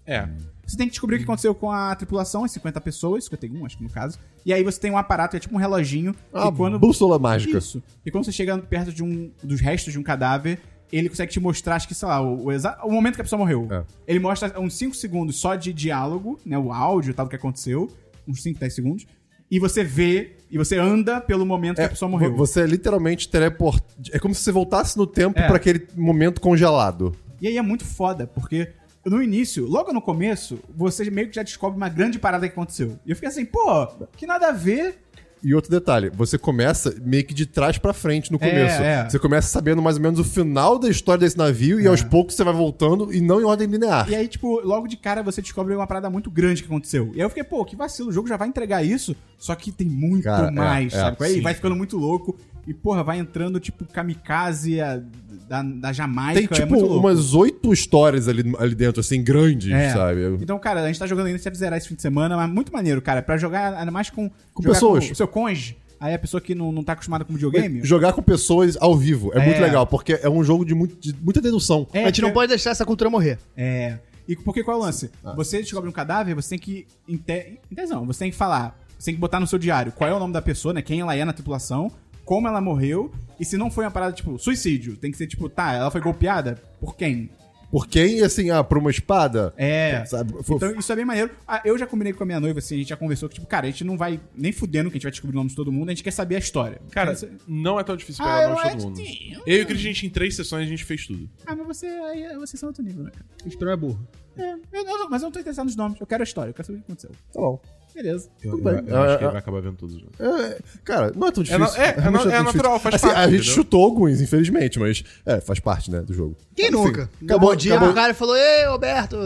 É.
Você tem que descobrir o que aconteceu com a tripulação, as 50 pessoas, 51 acho que no caso. E aí você tem um aparato, é tipo um reloginho.
Ah,
e quando...
bússola mágica.
Isso. E quando você chega perto de um dos restos de um cadáver, ele consegue te mostrar, acho que, sei lá, o, o, exa- o momento que a pessoa morreu.
É.
Ele mostra uns 5 segundos só de diálogo, né? O áudio e tal do que aconteceu. Uns 5, 10 segundos. E você vê, e você anda pelo momento que a pessoa morreu.
Você é literalmente teleport... É como se você voltasse no tempo
É.
pra aquele momento congelado.
E aí é muito foda, porque no início, logo no começo, você meio que já descobre uma grande parada que aconteceu. E eu fiquei assim, pô, que nada a ver.
E outro detalhe, você começa meio que de trás pra frente no começo.
é.
Você começa sabendo mais ou menos o final da história desse navio e aos poucos você vai voltando e não em ordem linear.
E aí, tipo, logo de cara você descobre uma parada muito grande que aconteceu. E aí eu fiquei, pô, que vacilo, o jogo já vai entregar isso, só que tem muito
Cara, é,
mais,
é,
sabe? Aí
sim.
vai ficando muito louco. E, porra, vai entrando, tipo, kamikaze a- da, da Jamaica.
Tem
é
tipo
muito louco.
umas oito histórias ali, ali dentro, assim, grandes,
É.
sabe?
Então, cara, a gente tá jogando ainda, você deve zerar esse fim de semana, mas muito maneiro, cara. Pra jogar, ainda mais com...
Com
jogar
pessoas.
o seu cônjuge. Aí a pessoa que não, não tá acostumada com videogame...
Jogar com pessoas ao vivo é,
É.
muito legal, porque é um jogo de, muito- de muita dedução.
É,
a gente não
porque-
pode deixar essa cultura morrer.
É. E porque qual é o lance? Você descobre um cadáver, você tem que. Em te- em tese não, você tem que falar. Você tem que botar no seu diário qual é o nome da pessoa, né? Quem ela é na tripulação, como ela morreu. E se não foi uma parada, tipo, suicídio. Tem que ser, tipo, tá, ela foi golpeada? Por quem?
Por quem, assim, ah, por uma espada?
É.
Sabe? Foi-
Então isso é bem maneiro. Ah, eu já combinei com a minha noiva, assim, a gente já conversou que, tipo, cara, a gente não vai nem fudendo que a gente vai descobrir o nome de todo mundo, a gente quer saber a história.
Cara,
Então, você-
não é tão difícil
ah,
pegar
eu
o
não
nome de
é.
todo mundo. Eu e o Cris, a gente, em três sessões, a gente fez tudo.
Ah, mas você, aí, vocês são outro nível, né, cara?
O Esperão é burro.
É, eu, eu- mas eu não tô interessado nos nomes, eu quero a história, eu quero saber o que aconteceu.
Tá bom.
Beleza.
Eu,
bem.
eu- eu acho que
É,
ele vai acabar vendo todos os jogos.
É, cara, não é tão
É
difícil.
na- é, é
Realmente
na-
não
é
tão difícil.
natural, faz
Assim,
parte,
A gente
entendeu?
chutou alguns, infelizmente, mas é, faz parte, né, do jogo.
Quem
Enfim,
nunca?
Acabou,
um dia
acabou.
o cara falou, ei, Roberto.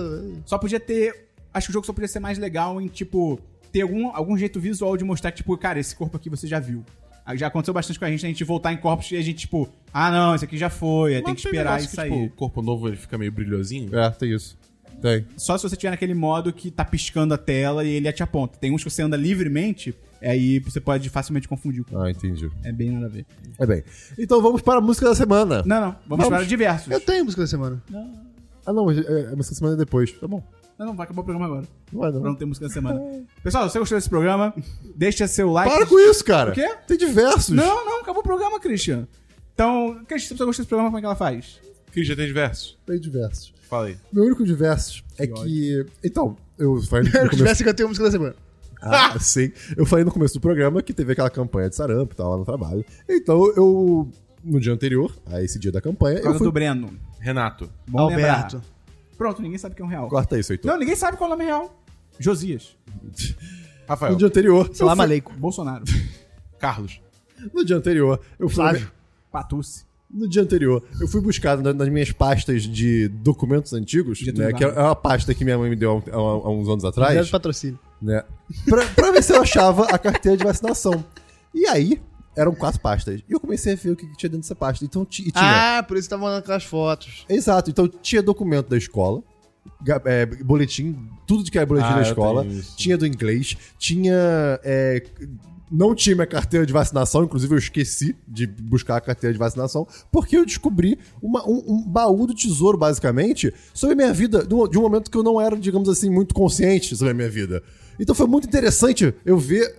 Só podia ter. Acho que o jogo só podia ser mais legal em, tipo, ter algum, algum jeito visual de mostrar que, tipo, cara, esse corpo aqui você já viu. Ah, Já aconteceu bastante com a gente, a gente voltar em corpos e a gente, tipo, ah, não, esse aqui já foi, aí tem que
Mas
esperar
negócio
isso
que,
aí.
Tipo, o corpo novo, ele fica meio brilhosinho.
É, tem isso. Tem.
Só se você tiver naquele modo que tá piscando a tela e ele te aponta. Tem uns que você anda livremente, é aí você pode facilmente confundir.
Ah, entendi.
É bem nada a ver.
É bem. Então vamos para a música da semana.
Não, não, vamos,
Vamos.
para diversos.
Eu tenho música da semana.
Ah, não, mas é, é, a música da semana é depois. Tá bom.
Não, não, vai acabar o programa agora.
Não é, não.
Pra não ter música da semana. Pessoal, se você gostou desse programa, deixa seu like.
Para com isso, cara.
O quê?
Tem diversos.
Não, não, acabou o programa, Christian. Então, Christian, se você gostou desse programa, como é que ela faz?
Cris, já tem diversos?
Tem diversos.
Fala aí.
Meu único diversos é que. Então, eu falei no
Primeiro que
começo.
tivesse que eu tenho música da semana.
Ah, sim. Eu falei no começo do programa que teve aquela campanha de sarampo e tal lá no trabalho. Então eu. No dia anterior, a esse dia da campanha,
Por
eu
causa
fui.
do Breno.
Renato.
Bom lembrar. Pronto, ninguém sabe que é um real.
Corta isso, Heitor.
Não, ninguém sabe qual é o nome real. Josias. Então,
Rafael.
No dia anterior. eu
Salam
fui-
aleikum.
Bolsonaro.
Carlos.
No dia anterior, eu fui.
Flávio.
Patucci.
No dia anterior, eu fui buscar na- nas minhas pastas de documentos antigos,
Getúlio
né, que é
Vargas.
uma pasta que minha mãe me deu há um- há há uns anos
Obrigado
atrás,
do patrocínio.
né, pra, pra ver se eu achava a carteira de vacinação. E aí, eram quatro pastas. E eu comecei a ver o que que tinha dentro dessa pasta. Então, ti- e tinha...
Ah, por isso que tá mandando aquelas fotos.
Exato. Então, tinha documento da escola, ga- é, boletim, tudo de que era boletim
Ah,
da
eu
escola,
tenho isso.
tinha do inglês, tinha... é, não tinha minha carteira de vacinação, inclusive eu esqueci de buscar a carteira de vacinação, porque eu descobri uma- um, um baú do tesouro, basicamente, sobre a minha vida, de um, de um momento que eu não era, digamos assim, muito consciente sobre a minha vida. Então foi muito interessante eu ver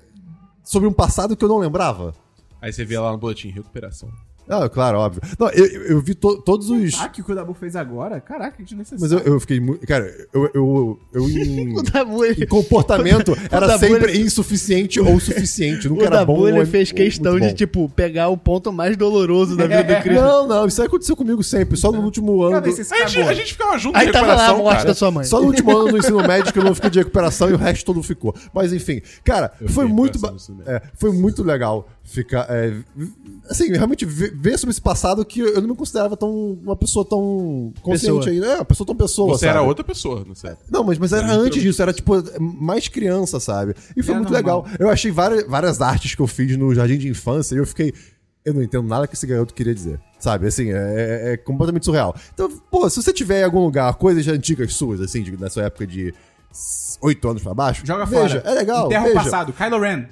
sobre um passado que eu não lembrava.
Aí você vê lá no boletim, recuperação.
Ah, claro, óbvio. Não, eu, eu- eu vi to- todos os.
Ah, que o que o Dabu fez agora? Caraca, que desnecessário.
Mas eu, eu fiquei muito. Cara, eu. eu, eu em,
O Dabu, ele,
em comportamento era
Dabu,
sempre insuficiente ou suficiente. Nunca
o
era bom.
Dabu, ele
ou-
fez
ou
questão
muito
de,
bom.
tipo, pegar o ponto mais doloroso da vida do Cristo.
Não, não, isso aí aconteceu comigo sempre. Só no último ano.
Cara,
do-
esse é
A gente,
acabou.
a gente ficava junto
Aí
na
tava lá a
recuperação,
morte
cara.
da sua mãe.
Só no último ano do ensino médio que eu não fiquei de recuperação e o resto todo ficou. Mas enfim, cara,
Eu
foi
fiquei
muito,
recuperação
ba-
no ensino médio.
é, foi muito legal ficar. é, vi- assim, realmente ver, ver sobre esse passado que eu não me considerava tão uma pessoa tão consciente
Pessoa.
ainda. É, uma pessoa tão pessoa,
Você
sabe?
era outra pessoa, É. não sei.
Não, mas, mas era
Era
antes disso, era tipo mais criança, sabe? E foi
Era
muito
normal.
legal. Eu achei várias, várias artes que eu fiz no jardim de infância e eu fiquei. Eu não entendo nada que esse garoto queria dizer. Sabe, assim, é, é completamente surreal. Então, pô, se você tiver em algum lugar coisas antigas suas, assim, de, da sua época de 8 anos pra baixo,
Joga
veja,
fora.
É legal.
Enterra o
veja.
passado. Kylo Ren.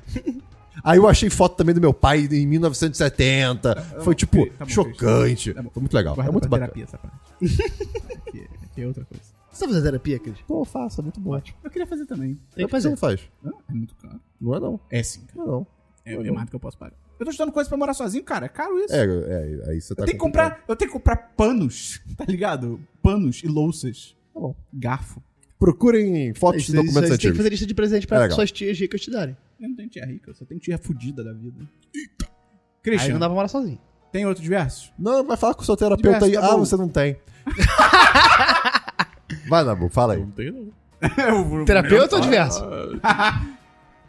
Aí eu achei foto também do meu pai em 1970. Foi, tipo,
ok, tá bom,
chocante.
Tá bom.
Foi muito legal.
Guarda
é muito
pra
bacana.
terapia essa parte. aqui, aqui é outra coisa.
Você tá fazendo terapia, Cris?
Pô, faça, muito bom.
Eu queria fazer também.
Mas
Tem que
por Você
fazer.
não faz.
Hã? É muito caro.
Não é não.
É sim, cara.
Não é não.
É, é mais do que eu posso pagar. Eu tô estudando coisa pra morar sozinho, cara. É caro isso.
É, é, aí você tá
eu tenho que comprar, eu tenho que comprar panos, tá ligado? Panos e louças.
Tá bom.
Garfo.
Procurem fotos
Isso-
de
isso aí
documentos
Você tem que
antigos.
fazer lista de presente
É
pra
legal.
suas tias ricas te darem.
Eu não tenho tia rica, eu só tenho tia fudida da vida.
Aí
Christian,
não dá pra morar sozinho.
tem outro diversos?
Não, vai falar com o seu terapeuta aí.
Diverso, tá
ah,
bom.
você não tem. vai, Nabu, fala aí.
Não tem, não.
Terapeuta ou diverso?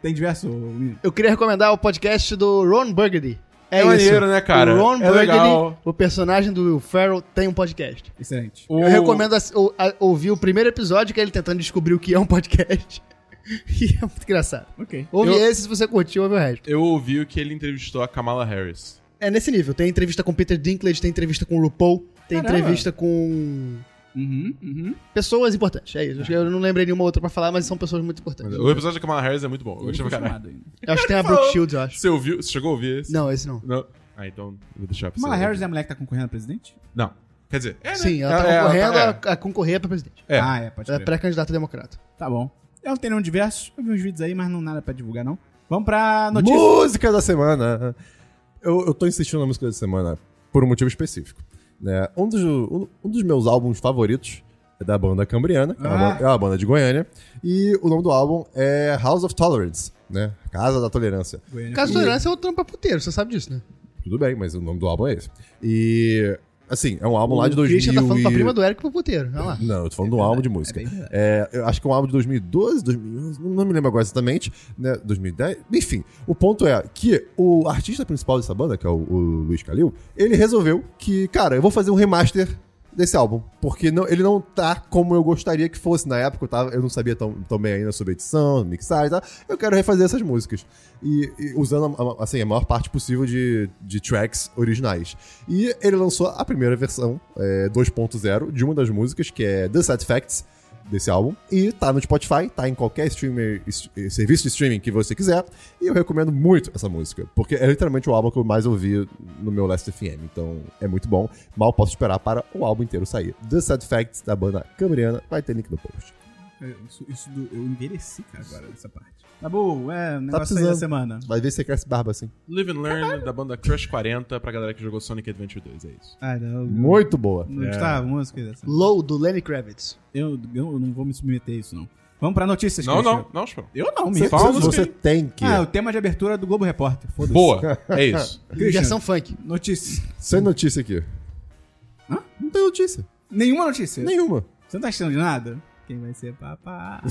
Tem diverso, Will?
Eu queria recomendar o podcast do Ron Burgundy. É,
É
isso.
maneiro, né, cara?
O Ron
É
Burgundy,
legal.
o personagem do Will Ferrell, tem um podcast.
Excelente.
O-
Eu recomendo ass- ou- a- ouvir o primeiro episódio, que é ele tentando descobrir o que é um podcast. e é muito engraçado.
Ok.
Ouve
Eu-
esse, se você curtiu, ouve o resto.
Eu ouvi o que ele entrevistou a Kamala Harris.
É nesse nível. Tem entrevista com Peter Dinklage, tem entrevista com o RuPaul, tem
Caramba.
entrevista com...
Uhum, uhum.
Pessoas importantes, é isso. Acho que Eu não lembrei nenhuma outra pra falar, mas são pessoas muito importantes.
O episódio da Kamala Harris é muito bom. Eu gostei pra caralho.
chamado ainda.
Eu acho que tem a Brooke Shields, eu acho.
Você ouviu? Você chegou a ouvir esse?
Não, esse não.
Não. Ah, então vou deixar pra você.
Kamala
ouvir.
Harris é a mulher que tá concorrendo a presidente?
Não. Quer dizer, é, né?
Sim, ela tá
É,
concorrendo
ela tá-
a, a concorrer pra presidente.
É.
Ah, é, pode
Ela é
ser.
pré-candidata democrata.
Tá bom. Eu não tenho nenhum diverso. Eu vi uns vídeos aí, mas não nada pra divulgar, não. Vamos pra notícia.
Música da semana. Eu, eu tô insistindo na música da semana por um motivo específico. né? Um, dos, um, um dos meus álbuns favoritos é da banda Cambriana, que é, uma,
Ah.
banda- é uma banda de Goiânia, e o nome do álbum é House of Tolerance, né? Casa da Tolerância.
Goiânia.
Caso de tolerância é o trampa puteiro, você sabe disso, né?
Tudo bem, mas o nome do álbum é esse. E, assim, é um álbum lá de
O
2000
Christian tá falando
e...
pra prima do Eric pro puteiro, olha lá.
Não, eu tô falando de um álbum de música.
bem É verdade.
É, eu acho que é um álbum de 2012, 2011, não me lembro agora exatamente, né? 2010. Enfim, o ponto é que o artista principal dessa banda, que é o, o Luiz Calil, ele resolveu que, cara, eu vou fazer um remaster desse álbum, porque não- ele não tá como eu gostaria que fosse na época, eu, tava, eu não sabia tão, tão bem ainda sobre edição, mixagem e tal, eu quero refazer essas músicas, e, e usando a, a- assim, a maior parte possível de, de tracks originais. E ele lançou a primeira versão, é, 2.0, de uma das músicas, que é The Sad Facts, desse álbum. E tá no Spotify, tá em qualquer streamer, est- eh, serviço de streaming que você quiser. E eu recomendo muito essa música, porque é literalmente o álbum que eu mais ouvi no meu Last FM. Então é muito bom. Mal posso esperar para o álbum inteiro sair. The Sad Facts da banda Cambriana vai ter link no post.
Eu- Isso, isso do- eu envelheci, cara, agora nessa parte. Tá bom, é um
Tá
negócio aí
precisando.
da semana.
Vai ver se você cresce barba assim.
Live and Learn da banda Crush 40 pra galera que jogou Sonic Adventure 2, é isso.
Ah, não.
Muito boa.
Não gostava música dessa.
Low, do Lenny Kravitz.
Eu, eu não vou me submeter a isso, não. Vamos pra notícias,
Não,
Christian.
não, não, Chupão.
Eu não, me
Você,
fala
fala.
uma
você
música
tem que.
Ah, o tema de abertura do Globo Repórter. Foda-se.
Boa, é isso.
Christian,
Versão funk.
notícia.
Sem notícia aqui.
Hã?
Não tem notícia.
Nenhuma notícia.
Nenhuma.
Você não tá achando de nada? Quem vai ser papá?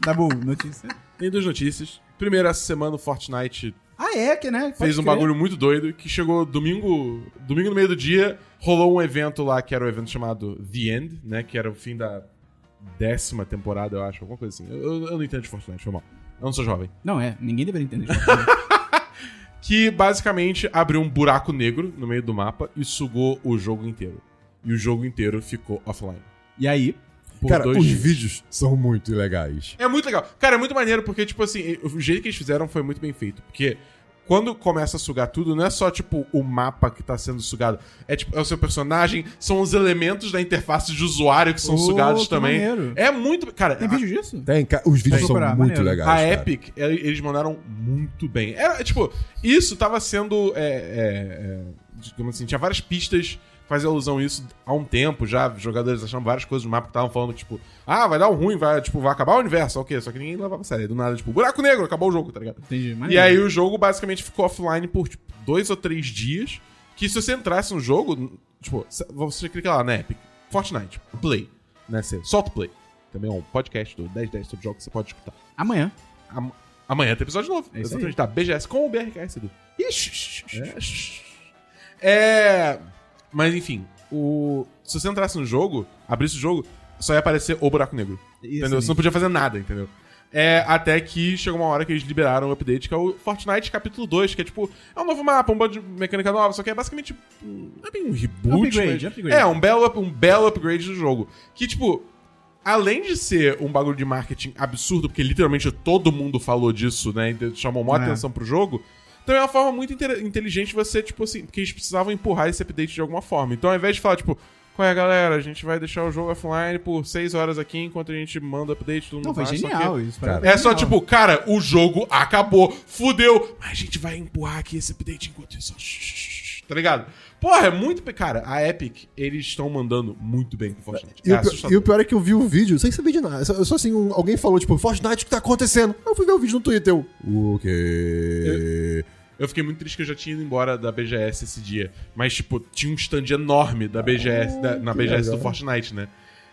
tá bom, notícia.
Tem duas notícias. Primeiro, essa semana o Fortnite
Ah, é, que né? Pode
fez um
crer.
bagulho muito doido que chegou domingo, domingo no meio do dia, rolou um evento lá que era um evento chamado The End, né? Que era o fim da décima temporada, eu acho, alguma coisa assim. Eu, eu- eu não entendo de Fortnite, foi mal. Eu não sou jovem.
Não, é. Ninguém deveria entender.
Que basicamente abriu um buraco negro no meio do mapa e sugou o jogo inteiro. E o jogo inteiro ficou offline.
e aí?
Por
Cara,
dois
os
dias.
vídeos são muito ilegais.
É muito legal. Cara, é muito maneiro porque, tipo assim, o jeito que eles fizeram foi muito bem feito. Porque quando começa a sugar tudo, não é só, tipo, o mapa que tá sendo sugado. É, tipo, é o seu personagem, são os elementos da interface de usuário que são
Oh,
sugados
que
também.
maneiro.
É muito. Cara,
Tem
a-
vídeo disso?
Tem, ca- os vídeos
Tem.
são
Procurar,
muito
maneiro.
legais.
a
cara.
Epic, é, eles mandaram muito bem. Era, tipo, isso tava sendo. é, é, é, digamos assim, tinha várias pistas que faziam alusão a isso há um tempo já. Jogadores achando várias coisas no mapa que estavam falando, tipo, ah, vai dar um ruim, vai, tipo, vai acabar o universo, ok. Só que ninguém levava a sério. Aí Do nada, tipo, buraco negro, acabou o jogo, tá ligado?
Entendi.
E aí o jogo basicamente ficou offline por tipo, dois ou três dias. Que se você entrasse no jogo, tipo, se- você clica lá na Epic, Fortnite, Play, né? Você solta o Play. Também é um podcast do 1010 sobre jogos que você pode escutar.
Amanhã.
Am- Amanhã tem episódio novo.
É isso
Exatamente, tá? BGS com o BRKS. Edu.
Ixi.
É. É. Mas enfim, o. Se você entrasse no jogo, abrisse o jogo, só ia aparecer o buraco negro. entendeu? Você não podia fazer nada, entendeu? É, até que chegou uma hora que eles liberaram um update, que é o Fortnite capítulo 2, que é tipo, é um novo mapa, um bando de mecânica nova, só que é basicamente. um- Não é bem um reboot.
Upgrade,
mas-
upgrade.
É, um belo, up- um belo upgrade do jogo. Que, tipo, além de ser um bagulho de marketing absurdo, porque literalmente todo mundo falou disso, né? E chamou maior
É.
atenção pro jogo. Então é uma forma muito inte- inteligente você, tipo assim, porque eles precisavam empurrar esse update de alguma forma. Então ao invés de falar, tipo, qual é, galera? A gente vai deixar o jogo offline por 6 horas aqui enquanto a gente manda update, todo mundo
Não, foi
faz, só que-
genial isso. parece
é só
genial.
tipo, cara, o jogo acabou, fudeu, mas a gente vai empurrar aqui esse update enquanto isso. ó. Shh, shh, shh, Tá ligado? Porra, é muito. pe- Cara, a Epic, eles estão mandando muito bem com o Fortnite.
E,
é
o pior,
assustador.
e o pior é que eu vi o vídeo sem saber de nada. Só, só assim, um- alguém falou, tipo, Fortnite, o que tá acontecendo? Eu fui ver o vídeo no Twitter. Eu, o quê?
Eu fiquei muito triste que eu já tinha ido embora da BGS esse dia. Mas, tipo, tinha um stand enorme da BGS,
Ah,
da- na BGS do Fortnite, né?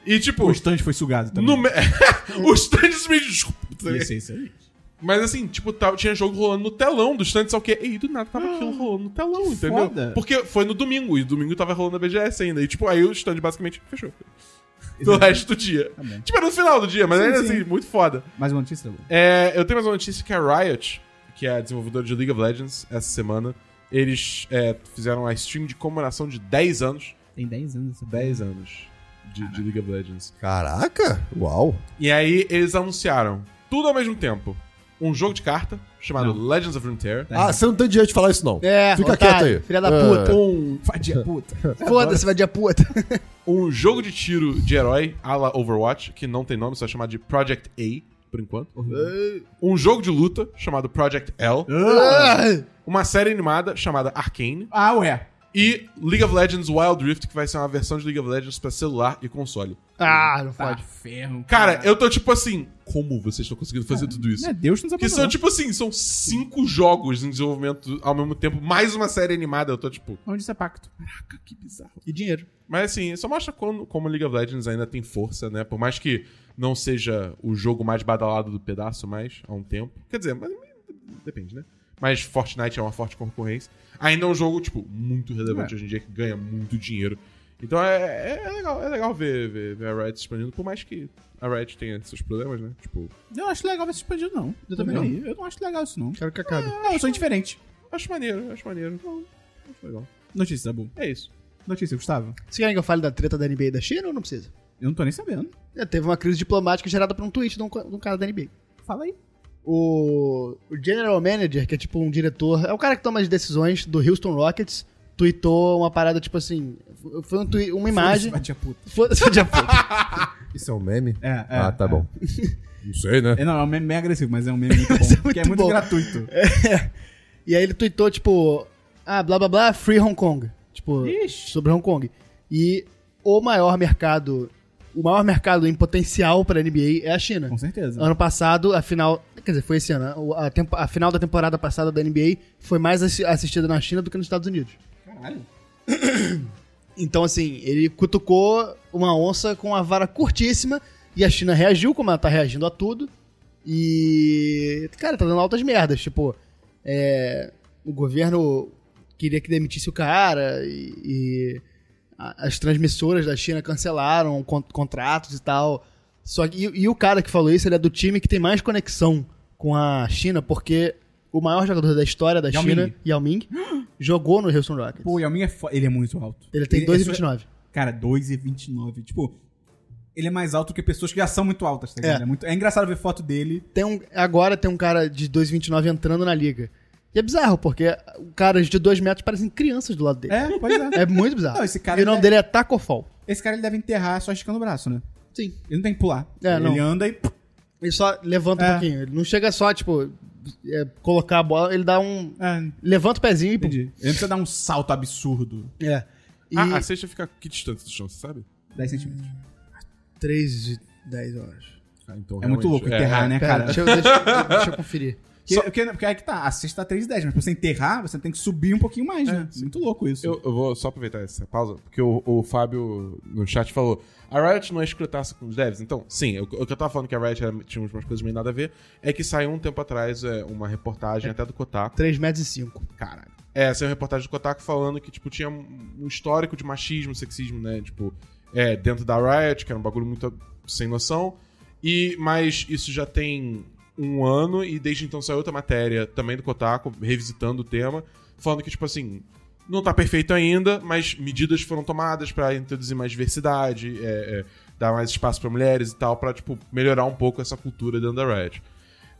E, tipo,
O stand foi sugado também.
no me... o stand me desculpa. tá
Isso, isso aí.
Mas assim, tipo, tá- tinha jogo rolando no telão do stand, só o quê? E do nada tava aquilo rolando no telão, entendeu?
Ah, foda.
Porque foi no domingo, e domingo tava rolando a BGS ainda. E tipo, aí o stand basicamente fechou. No resto do dia.
Tá bom.
Tipo, era no final do dia, mas
Sim,
ainda
sim.
assim, muito foda.
Mais uma notícia, Lu?
É, eu tenho mais uma notícia que a Riot, que é a desenvolvedora de League of Legends, essa semana, eles é, fizeram a stream de comemoração de 10 anos.
Tem 10 anos essa
10 anos de, de League of Legends.
Caraca! Uau!
E aí eles anunciaram, tudo ao mesmo tempo, um jogo de carta chamado Legends of Runeterra.
Tá.
Ah, você não tem direito de falar isso, não.
É,
Fica
otário,
quieto aí. Ah.
Filha da
É.
puta.
Um,
Fadia puta.
Foda-se, vai de puta.
um jogo de tiro de herói à la Overwatch, que não tem nome, só é chamado de Project A, por enquanto. Um jogo de luta chamado Project L.
Ah,
Uma série animada chamada Arcane.
Ah, ué.
E League of Legends Wild Rift, que vai ser uma versão de League of Legends pra celular e console.
Ah, não
Tá
pode.
ferro.
Cara, eu tô tipo assim, como vocês estão conseguindo fazer tudo isso?
Ah. É, Deus nos
Que
abandonou.
são tipo assim, são cinco jogos em desenvolvimento ao mesmo tempo, mais uma série animada. Eu tô tipo,
Onde isso é pacto?
caraca, que bizarro.
Ah, E dinheiro.
Mas assim, isso mostra quando, como League of Legends ainda tem força, né? Por mais que não seja o jogo mais badalado do pedaço, mas há um tempo. Quer dizer, mas, depende, né? Mas Fortnite é uma forte concorrência. Ainda é um jogo, tipo, muito
É.
relevante hoje em dia, que ganha muito dinheiro. Então é, é- é legal, é legal ver, ver, ver a Riot se expandindo, por mais que a Riot tenha seus problemas, né? Tipo,
Eu não acho legal esse expandido, não. Eu também
Não?
não. Eu não acho legal isso, não.
Quero que acabe.
Não, eu sou indiferente.
acho maneiro, acho maneiro. Então, acho legal.
Notícia, Dabu.
É isso.
Notícia, Gustavo.
Vocês querem que eu fale da treta da NBA e da China ou não precisa?
Eu não tô nem sabendo.
É, teve uma crise diplomática gerada por um tweet de um, co- de um cara da NBA.
Fala aí.
O, o general manager, que é tipo um diretor, é o cara que toma as decisões do Houston Rockets, tweetou uma parada tipo assim, foi um tweet, uma imagem...
Fadia puta.
Foda-se, filha da puta.
Isso é um meme?
É, é.
ah, tá
é.
bom. Não sei, né?
É, não, é um meme meio agressivo, mas é um meme muito
Mas é
bom.
muito
Porque é muito
bom.
gratuito.
e aí ele tweetou tipo, ah, blá blá blá, free Hong Kong. Tipo,
Ixi.
sobre Hong Kong. E o maior mercado, o maior mercado em potencial pra NBA é a China.
Com certeza.
Ano passado, a final. Quer dizer, foi esse ano. né? O- A, tempo- a final da temporada passada da NBA foi mais assi- assistida na China do que nos Estados Unidos.
Caralho.
Então, assim, ele cutucou uma onça com uma vara curtíssima e a China reagiu, como ela tá reagindo a tudo. E. Cara, tá dando altas merdas. Tipo, é, o governo queria que demitisse o cara e. e a- as transmissoras da China cancelaram con- contratos e tal. Só que, e, e o cara que falou isso, ele é do time que tem mais conexão com a China, porque o maior jogador da história da
Yao
China,
Ming.
Yao Ming, jogou no Houston Rockets.
Pô, o Yao Ming é fo... Ele é muito alto.
Ele tem
é só-
2,29.
Cara, 2,29. Tipo, ele é mais alto que pessoas que já são muito altas, tá ligado? É, muito... é engraçado ver foto dele.
tem um, agora tem um cara de 2,29 entrando na liga. E é bizarro, porque caras de 2 metros parecem crianças do lado dele.
É, pois é.
É, muito bizarro.
Não, esse cara,
e o nome
ele
dele é Tacofol.
Esse cara ele deve enterrar só esticando o braço, né?
Sim.
Ele não tem que pular.
É,
ele
não.
anda e.
Ele só levanta
É.
um pouquinho. Ele não chega só, tipo, é, colocar a bola, ele dá um.
É,
Levanta o pezinho e. pum.
entendi. Ele não precisa dar um salto absurdo.
É. E
Ah, a cesta fica que distante do chão, você sabe?
10 centímetros.
3 e 10 horas.
Ah, então,
É muito
realmente,
louco enterrar, né,
Pera,
cara?
deixa, eu, deixa eu- deixa eu conferir.
Porque, porque, porque aí que tá, a cesta tá 3,10, mas pra você enterrar, você tem que subir um pouquinho mais, né? Muito louco isso.
É, Eu, eu vou só aproveitar essa pausa, porque o, o Fábio no chat falou: a Riot não é escrotaça com os devs. Então, sim, o, o que eu tava falando que a Riot era- tinha umas coisas meio nada a ver é que saiu um tempo atrás é, uma reportagem até do Kotaku.
3 metros e 5.
Caralho. É, saiu uma reportagem do Kotaku falando que, tipo, tinha um histórico de machismo, sexismo, né? Tipo, é, dentro da Riot, que era um bagulho muito sem noção. E, mas isso já tem um ano e desde então saiu outra matéria também do Kotaku, revisitando o tema, falando que, tipo assim, não tá perfeito ainda, mas medidas foram tomadas pra introduzir mais diversidade, é, é, dar mais espaço pra mulheres e tal, pra, tipo, melhorar um pouco essa cultura dentro da Riot.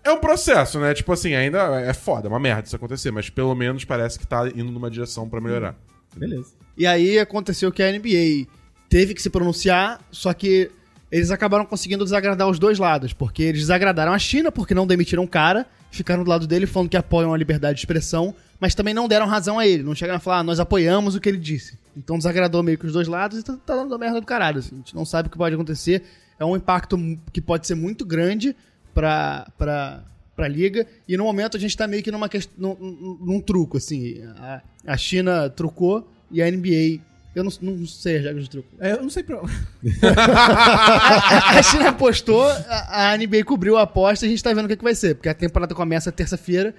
É um processo, né? Tipo assim, ainda é foda, é uma merda isso acontecer, mas pelo menos parece que tá indo numa direção pra melhorar.
Beleza.
E aí aconteceu que a NBA teve que se pronunciar, só que eles acabaram conseguindo desagradar os dois lados, porque eles desagradaram a China porque não demitiram o cara, ficaram do lado dele falando que apoiam a liberdade de expressão, mas também não deram razão a ele, não chegaram a falar, ah, nós apoiamos o que ele disse. Então desagradou meio que os dois lados e tá, tá dando merda do caralho. assim. A gente não sabe o que pode acontecer, é um impacto mu- que pode ser muito grande pra, pra, pra liga, e no momento a gente tá meio que numa quest- num, num- num truco, assim. A, a China trucou e a NBA... Eu não, não sei as regras de truco.
É, eu não sei pra.
A, a China apostou, a, a NBA cobriu a aposta e a gente tá vendo o que, que vai ser, porque a temporada começa terça-feira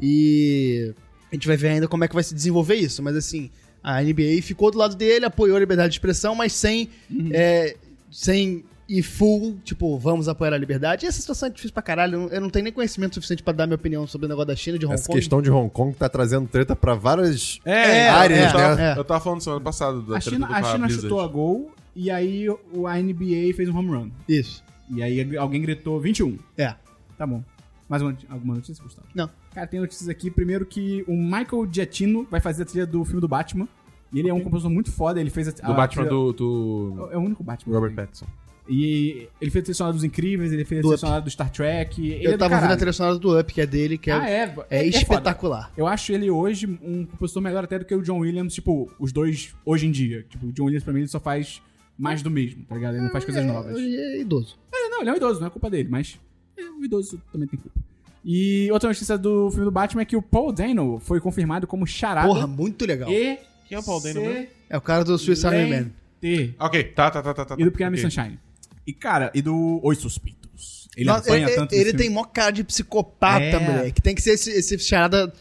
e a gente vai ver ainda como é que vai se desenvolver isso. Mas assim, a NBA ficou do lado dele, apoiou a liberdade de expressão, mas sem,
Uhum.
é, sem ir full, tipo, vamos apoiar a liberdade. E essa situação é difícil pra caralho, eu não- eu não tenho nem conhecimento suficiente pra dar minha opinião sobre o negócio da China, de Hong
Essa
Kong.
questão de Hong Kong tá trazendo treta pra várias
É,
eu,
áreas,
tava,
né?
é.
eu tava falando semana passada da
A
treta
China,
do-
a
com
China
Blizzard.
chutou a gol e aí o, a NBA fez um home run.
Isso.
E aí alguém gritou 21.
É.
Tá bom. Mais uma, noti- alguma notícia, Gustavo?
Não.
Cara, tem notícias aqui. Primeiro que o Michael Giacchino vai fazer a trilha do filme do Batman. E ele é um compositor muito foda. Ele fez a,
Do
a
Batman
trilha-
do, do
É o único Batman.
Robert Pattinson.
E ele fez a trilha sonora dos Incríveis, ele fez a
Do
trilha
Up.
sonora do Star Trek. Ele é
Eu
do
tava ouvindo a
caralho.
trilha sonora do Up, que é dele, que é,
Ah, é?
é
foda.
espetacular.
Eu acho ele hoje um compositor melhor até do que o John Williams, tipo, os dois hoje em dia. Tipo, o John Williams pra mim ele só faz mais do mesmo, tá ligado? Ele não faz coisas novas.
Hoje é idoso.
Não, ele é um idoso, não é culpa dele, mas é, o idoso também tem culpa. E outra notícia do filme do Batman é que o Paul Dano foi confirmado como charada.
Porra, muito legal.
e
Quem é o Paul Dano mesmo?
É o cara do Suicide Man.
T.
Ok, tá, tá, tá, tá. tá,
E do Pequena Miss
ok.
Sunshine. E, cara, e do Os Suspeitos. Ele
Nossa,
apanha
ele-
tanto
ele
nesse
tem
filme.
mó cara de psicopata,
É.
moleque. Tem que ser esse, esse charada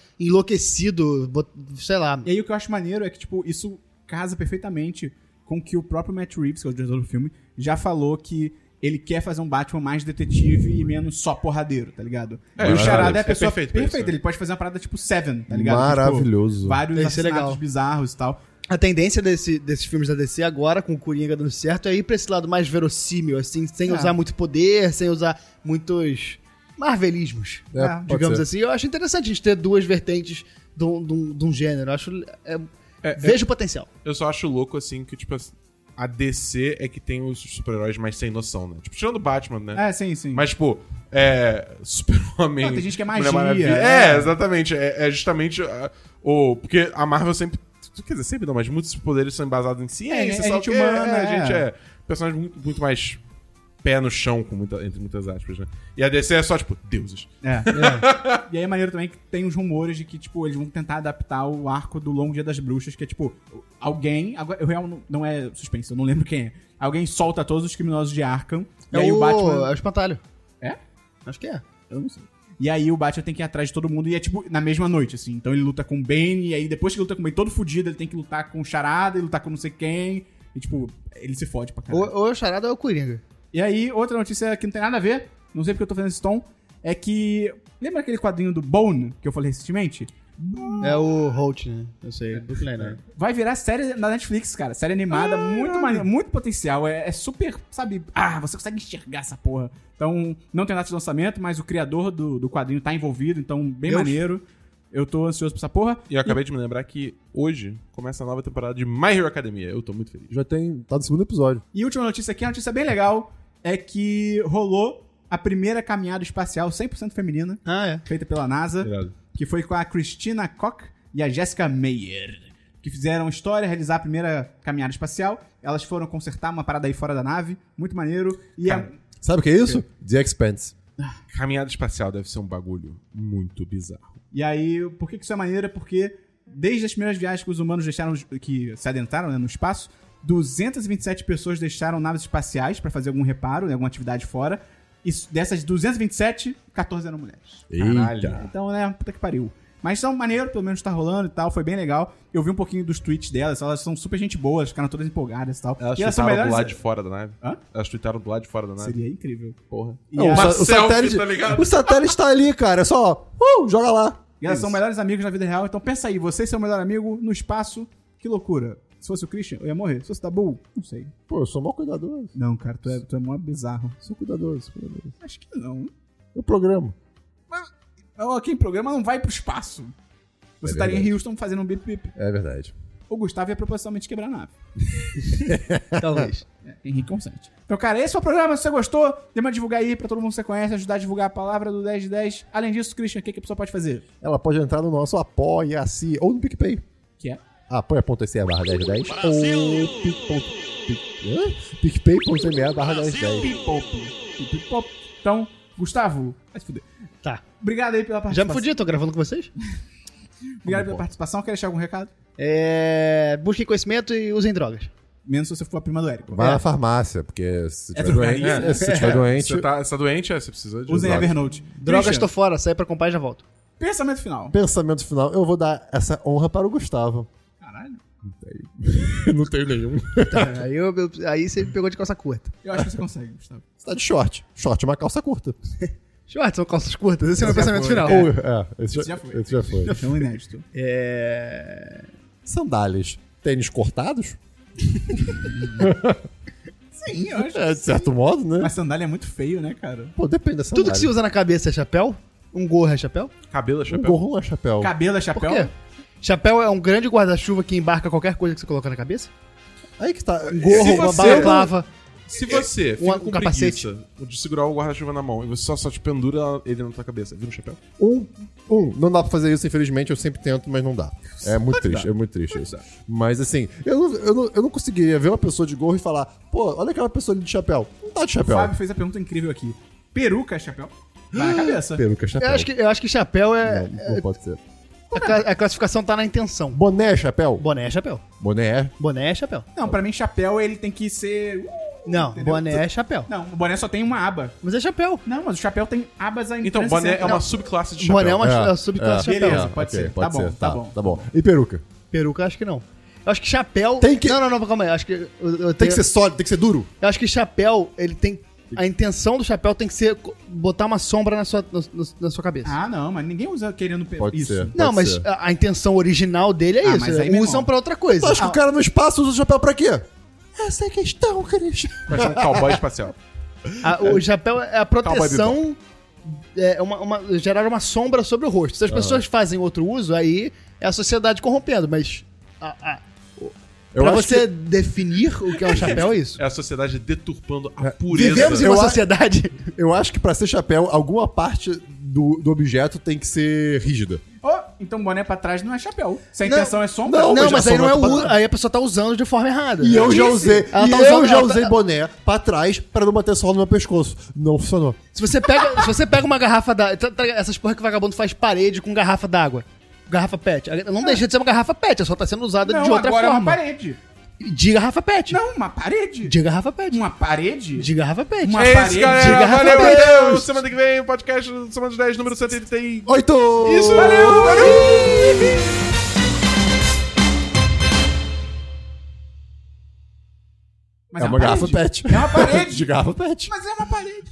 enlouquecido, bot- sei lá.
E aí o que eu acho maneiro é que, tipo, isso casa perfeitamente com o que o próprio Matt Reeves, que é o diretor do filme, já falou que ele quer fazer um Batman mais detetive e menos só porradeiro, tá ligado?
É,
e o
é
Charada é a
perfeito,
pessoa
é perfeito pra isso, né?
Ele pode fazer uma parada tipo Seven, tá ligado? Tipo,
Maravilhoso.
vários
Deve ser
assassinatos
é legal.
bizarros e tal.
A tendência desse- desses filmes da DC agora, com o Coringa dando certo, é ir pra esse lado mais verossímil, assim, sem
É.
usar muito poder, sem usar muitos marvelismos,
É,
Ah,
pode
digamos
ser.
assim. Eu acho interessante a gente ter duas vertentes de um, de um- de um gênero. Eu acho, é- vejo o potencial.
Eu só acho louco, assim, que, tipo, assim, a DC é que tem os super-heróis mais sem noção, né? Tipo, tirando o Batman, né?
É, sim, sim.
Mas, tipo, é. Super-Homem.
Ah, tem gente que é
Mulher
magia,
Maravilha.
é.
É, exatamente. É, é justamente ah, o. Porque a Marvel sempre. Quer dizer, sempre não, mas muitos poderes são embasados em ciência,
É, é
sabe o
gente
quê?
humana,
É,
é.
A gente é. Personagem muito, muito mais pé no chão, com muita- entre muitas aspas, né? E a DC é só, tipo, deuses.
É. e aí é maneiro também que tem uns rumores de que, tipo, eles vão tentar adaptar o arco do Longo Dia das Bruxas, que é, tipo, alguém... Agora, eu real não- não é suspense, eu não lembro quem é. Alguém solta todos os criminosos de Arkham, e aí o Batman...
É o espantalho.
É?
Acho que é.
Eu não sei. E aí o Batman tem que ir atrás de todo mundo e é tipo na mesma noite, assim. Então ele luta com o Bane, e aí depois que ele luta com o Bane todo fudido, ele tem que lutar com o Charada e lutar com não sei quem. E tipo, ele se fode pra caralho.
Ou, ou é o charada ou é o Coringa.
E aí, outra notícia que não tem nada a ver, não sei porque eu tô fazendo esse tom, é que. Lembra aquele quadrinho do Bone que eu falei recentemente? Hum.
É o Holt, né? Eu
É
sei, Brooklyn Nine-Nine.
Vai virar série na Netflix, cara. Série animada, muito mane- muito potencial. É, é super, sabe? Ah, você consegue enxergar essa porra. Então, não tem data de lançamento, mas o criador do, do quadrinho tá envolvido, então, bem
Deus.
maneiro. Eu tô ansioso pra essa porra.
E eu acabei de me lembrar que hoje começa a nova temporada de My Hero Academia. Eu tô muito feliz.
Já tem. Tá no segundo episódio.
E a última notícia aqui, uma notícia bem legal, é que rolou a primeira caminhada espacial 100% feminina,
Ah, é.
feita pela NASA,
Obrigado.
que foi com a Christina Koch e a Jessica Meyer, que fizeram história, realizar a primeira caminhada espacial. Elas foram consertar uma parada aí fora da nave, muito maneiro. E a-
Cara.
Sabe o que é isso? The Expanse.
Caminhada espacial deve ser um bagulho muito bizarro.
E aí, por que que isso é maneiro? Porque desde as primeiras viagens que os humanos deixaram, que se adentraram né, no espaço, 227 pessoas deixaram naves espaciais pra fazer algum reparo, né, alguma atividade fora. E dessas 227, 14 eram mulheres.
Eita.
Então, né, puta que pariu. Mas são maneiro, pelo menos tá rolando e tal, foi bem legal. Eu vi um pouquinho dos tweets delas, elas são super gente boa, elas ficaram todas empolgadas e tal.
Elas
e elas são
tweetaram do
melhores. é-
lado de fora da nave.
Hã?
Elas tweetaram do lado de fora né? da nave.
Seria incrível.
Porra.
E
Não,
elas-
é o, sa-
Uma
o
selfie,
satélite,
tá ligado?
o satélite tá ali, cara. É só, ó, uh, joga lá.
E elas são melhores amigos na vida real. Então pensa aí, você e seu melhor amigo no espaço, que loucura. Se fosse o Christian, eu ia morrer. Se fosse o Dabu, não sei.
Pô, eu sou mó cuidadoso.
Não, cara, tu é, tu é mó bizarro.
Sou cuidadoso, cuidadoso.
Acho que não.
Eu programo.
Ó, Quem programa não vai pro espaço. Você estaria em Houston fazendo um bip-bip.
É verdade.
O Gustavo ia propositalmente quebrar a nave. É,
Talvez.
Henrique consente. Então, cara, esse foi o programa. Se você gostou, dê uma divulgar aí pra todo mundo que você conhece, ajudar a divulgar a palavra do 10 de 10. Além disso, Christian, o que, que a pessoa pode fazer?
Ela pode entrar no nosso Apoia-se ou no PicPay.
Que é?
apoia.se barra 1010 ou pic- hã? picpay.me barra 1010.
Pipop. Pipipop. Então, Gustavo, vai se fuder.
Tá.
Obrigado aí pela
Já
participação.
me podia, tô gravando com vocês?
Obrigado pela participação. Quer deixar algum recado?
É, busquem conhecimento e usem drogas.
Menos se você for a prima do Érico.
Vai na farmácia, porque se
É
tiver
drogaria,
doente,
né?
se tiver doente,
Você tá, você tá doente? É, você precisa de.
Usem
drogas.
Evernote.
Drogas, tô
Christian,
fora, saí pra comprar e já volto.
Pensamento final.
pensamento final, eu vou dar essa honra para o Gustavo.
Caralho.
Não tenho nenhum.
Tá, aí, eu- eu- aí você me pegou de calça curta.
Eu acho que você consegue, Gustavo.
Você tá de short. Short é uma calça curta.
Shorts são calças curtas, esse é o meu
Já
pensamento
foi.
final.
Ou, é, esse,
Esse
já,
já foi.
esse já foi.
É um inédito.
É...
Sandálias. Tênis cortados?
Sim, eu acho.
É, de certo modo, né?
Mas sandália é muito feio, né, cara?
Pô, depende da sandália.
Tudo que se usa na cabeça é chapéu? Um gorro é chapéu?
Cabelo, é
Um
chapéu.
gorro não é chapéu.
Cabelo é
Por
chapéu?
quê? Chapéu é um grande guarda-chuva que embarca qualquer coisa que você coloca na cabeça?
Aí que tá.
Se
Gorro, uma
você-
é um
balaclava.
Balaclava.
Se você
Um-
fica
um
com
capacete.
preguiça de segurar o guarda-chuva na mão e você só, só te pendura ele na tua cabeça, vira um chapéu.
Um, um, não dá pra fazer isso, infelizmente, eu sempre tento, mas não dá. É muito triste,
dar.
é muito triste
Pode
isso.
dar.
Mas assim, eu não, eu, não, eu não conseguiria ver uma pessoa de gorro e falar, pô, olha aquela pessoa ali de chapéu. Não tá de
O
chapéu.
Fábio fez a pergunta incrível aqui. Peruca é chapéu? Vai na cabeça.
Peruca é chapéu.
Eu acho, que, eu acho que chapéu é.
Não, não pode ser.
A, cla- a classificação tá na intenção.
Boné é chapéu?
Boné é chapéu.
Boné é.
Boné é chapéu.
Não, pra mim, chapéu ele tem que ser.
Não,
Entendeu?
boné é chapéu.
Não, o boné só tem uma aba.
Mas é chapéu.
Não, mas o chapéu tem abas ainda.
Então, boné é uma subclasse de chapéu.
Boné é uma
É,
é, subclasse
é,
de chapéu.
Beleza, pode
ok,
ser. Tá bom, tá bom.
Tá bom. E peruca?
Peruca, acho que não. Eu acho que chapéu.
Tem que-
Não, não, não, calma aí. Eu acho que. Eu, eu
Tem
tenho-
que ser sólido, tem que ser duro.
eu acho que chapéu, ele tem. A intenção do chapéu tem que ser co- botar uma sombra na sua, no- no- na sua cabeça.
Ah, não, mas ninguém usa querendo pe-
Pode
isso.
ser.
não,
pode
mas
ser.
a, a intenção original dele é
Ah,
isso.
mas aí,
né?
meu
Usam
irmão.
pra outra coisa.
Tu acha que o cara no espaço usa o chapéu pra quê? Essa é a questão, Christian.
Parece um cowboy espacial.
A- o chapéu é a proteção.
Cowboy
É uma, uma- gerar uma sombra sobre o rosto. Se
Ah.
as pessoas fazem outro uso, aí é a sociedade corrompendo. Mas a, a,
Eu
pra
acho
você definir o que é um chapéu, é isso.
É a sociedade deturpando
É.
Vivemos
a
em
pureza.
Eu
uma
a-
sociedade.
Eu acho que pra ser chapéu, alguma parte do, do objeto tem que ser rígida.
Oh, então boné pra trás não é chapéu. Se a
Não,
intenção é sombra.
não,
Não,
mas
mas,
já
aí não é
sobrou
o
pra-
aí a pessoa tá usando de forma errada.
E eu já
disse.
usei,
Ela
e
tá
eu
usando-
já
ela tá-
usei boné pra trás pra não bater sol no meu pescoço. Não funcionou.
Se você pega, se você pega uma garrafa da tá- tá- essas porra que o vagabundo faz parede com garrafa d'água. Garrafa PET. Não deixa de ser uma garrafa PET, ela só tá sendo usada
É. Não,
de outra
agora é uma
forma.
parede.
De garrafa PET.
Não, uma parede.
De garrafa PET.
Uma parede?
De garrafa PET.
Uma-
É isso,
parede.
galera.
Diga,
Valeu,
rapaz.
valeu. Semana que vem, podcast Semana dos 10, número 70 e...
Oito!
Isso, valeu, valeu!
Mas
um
é uma garrafa
parede.
pet.
É uma parede.
De garrafa pet.
Mas é uma parede.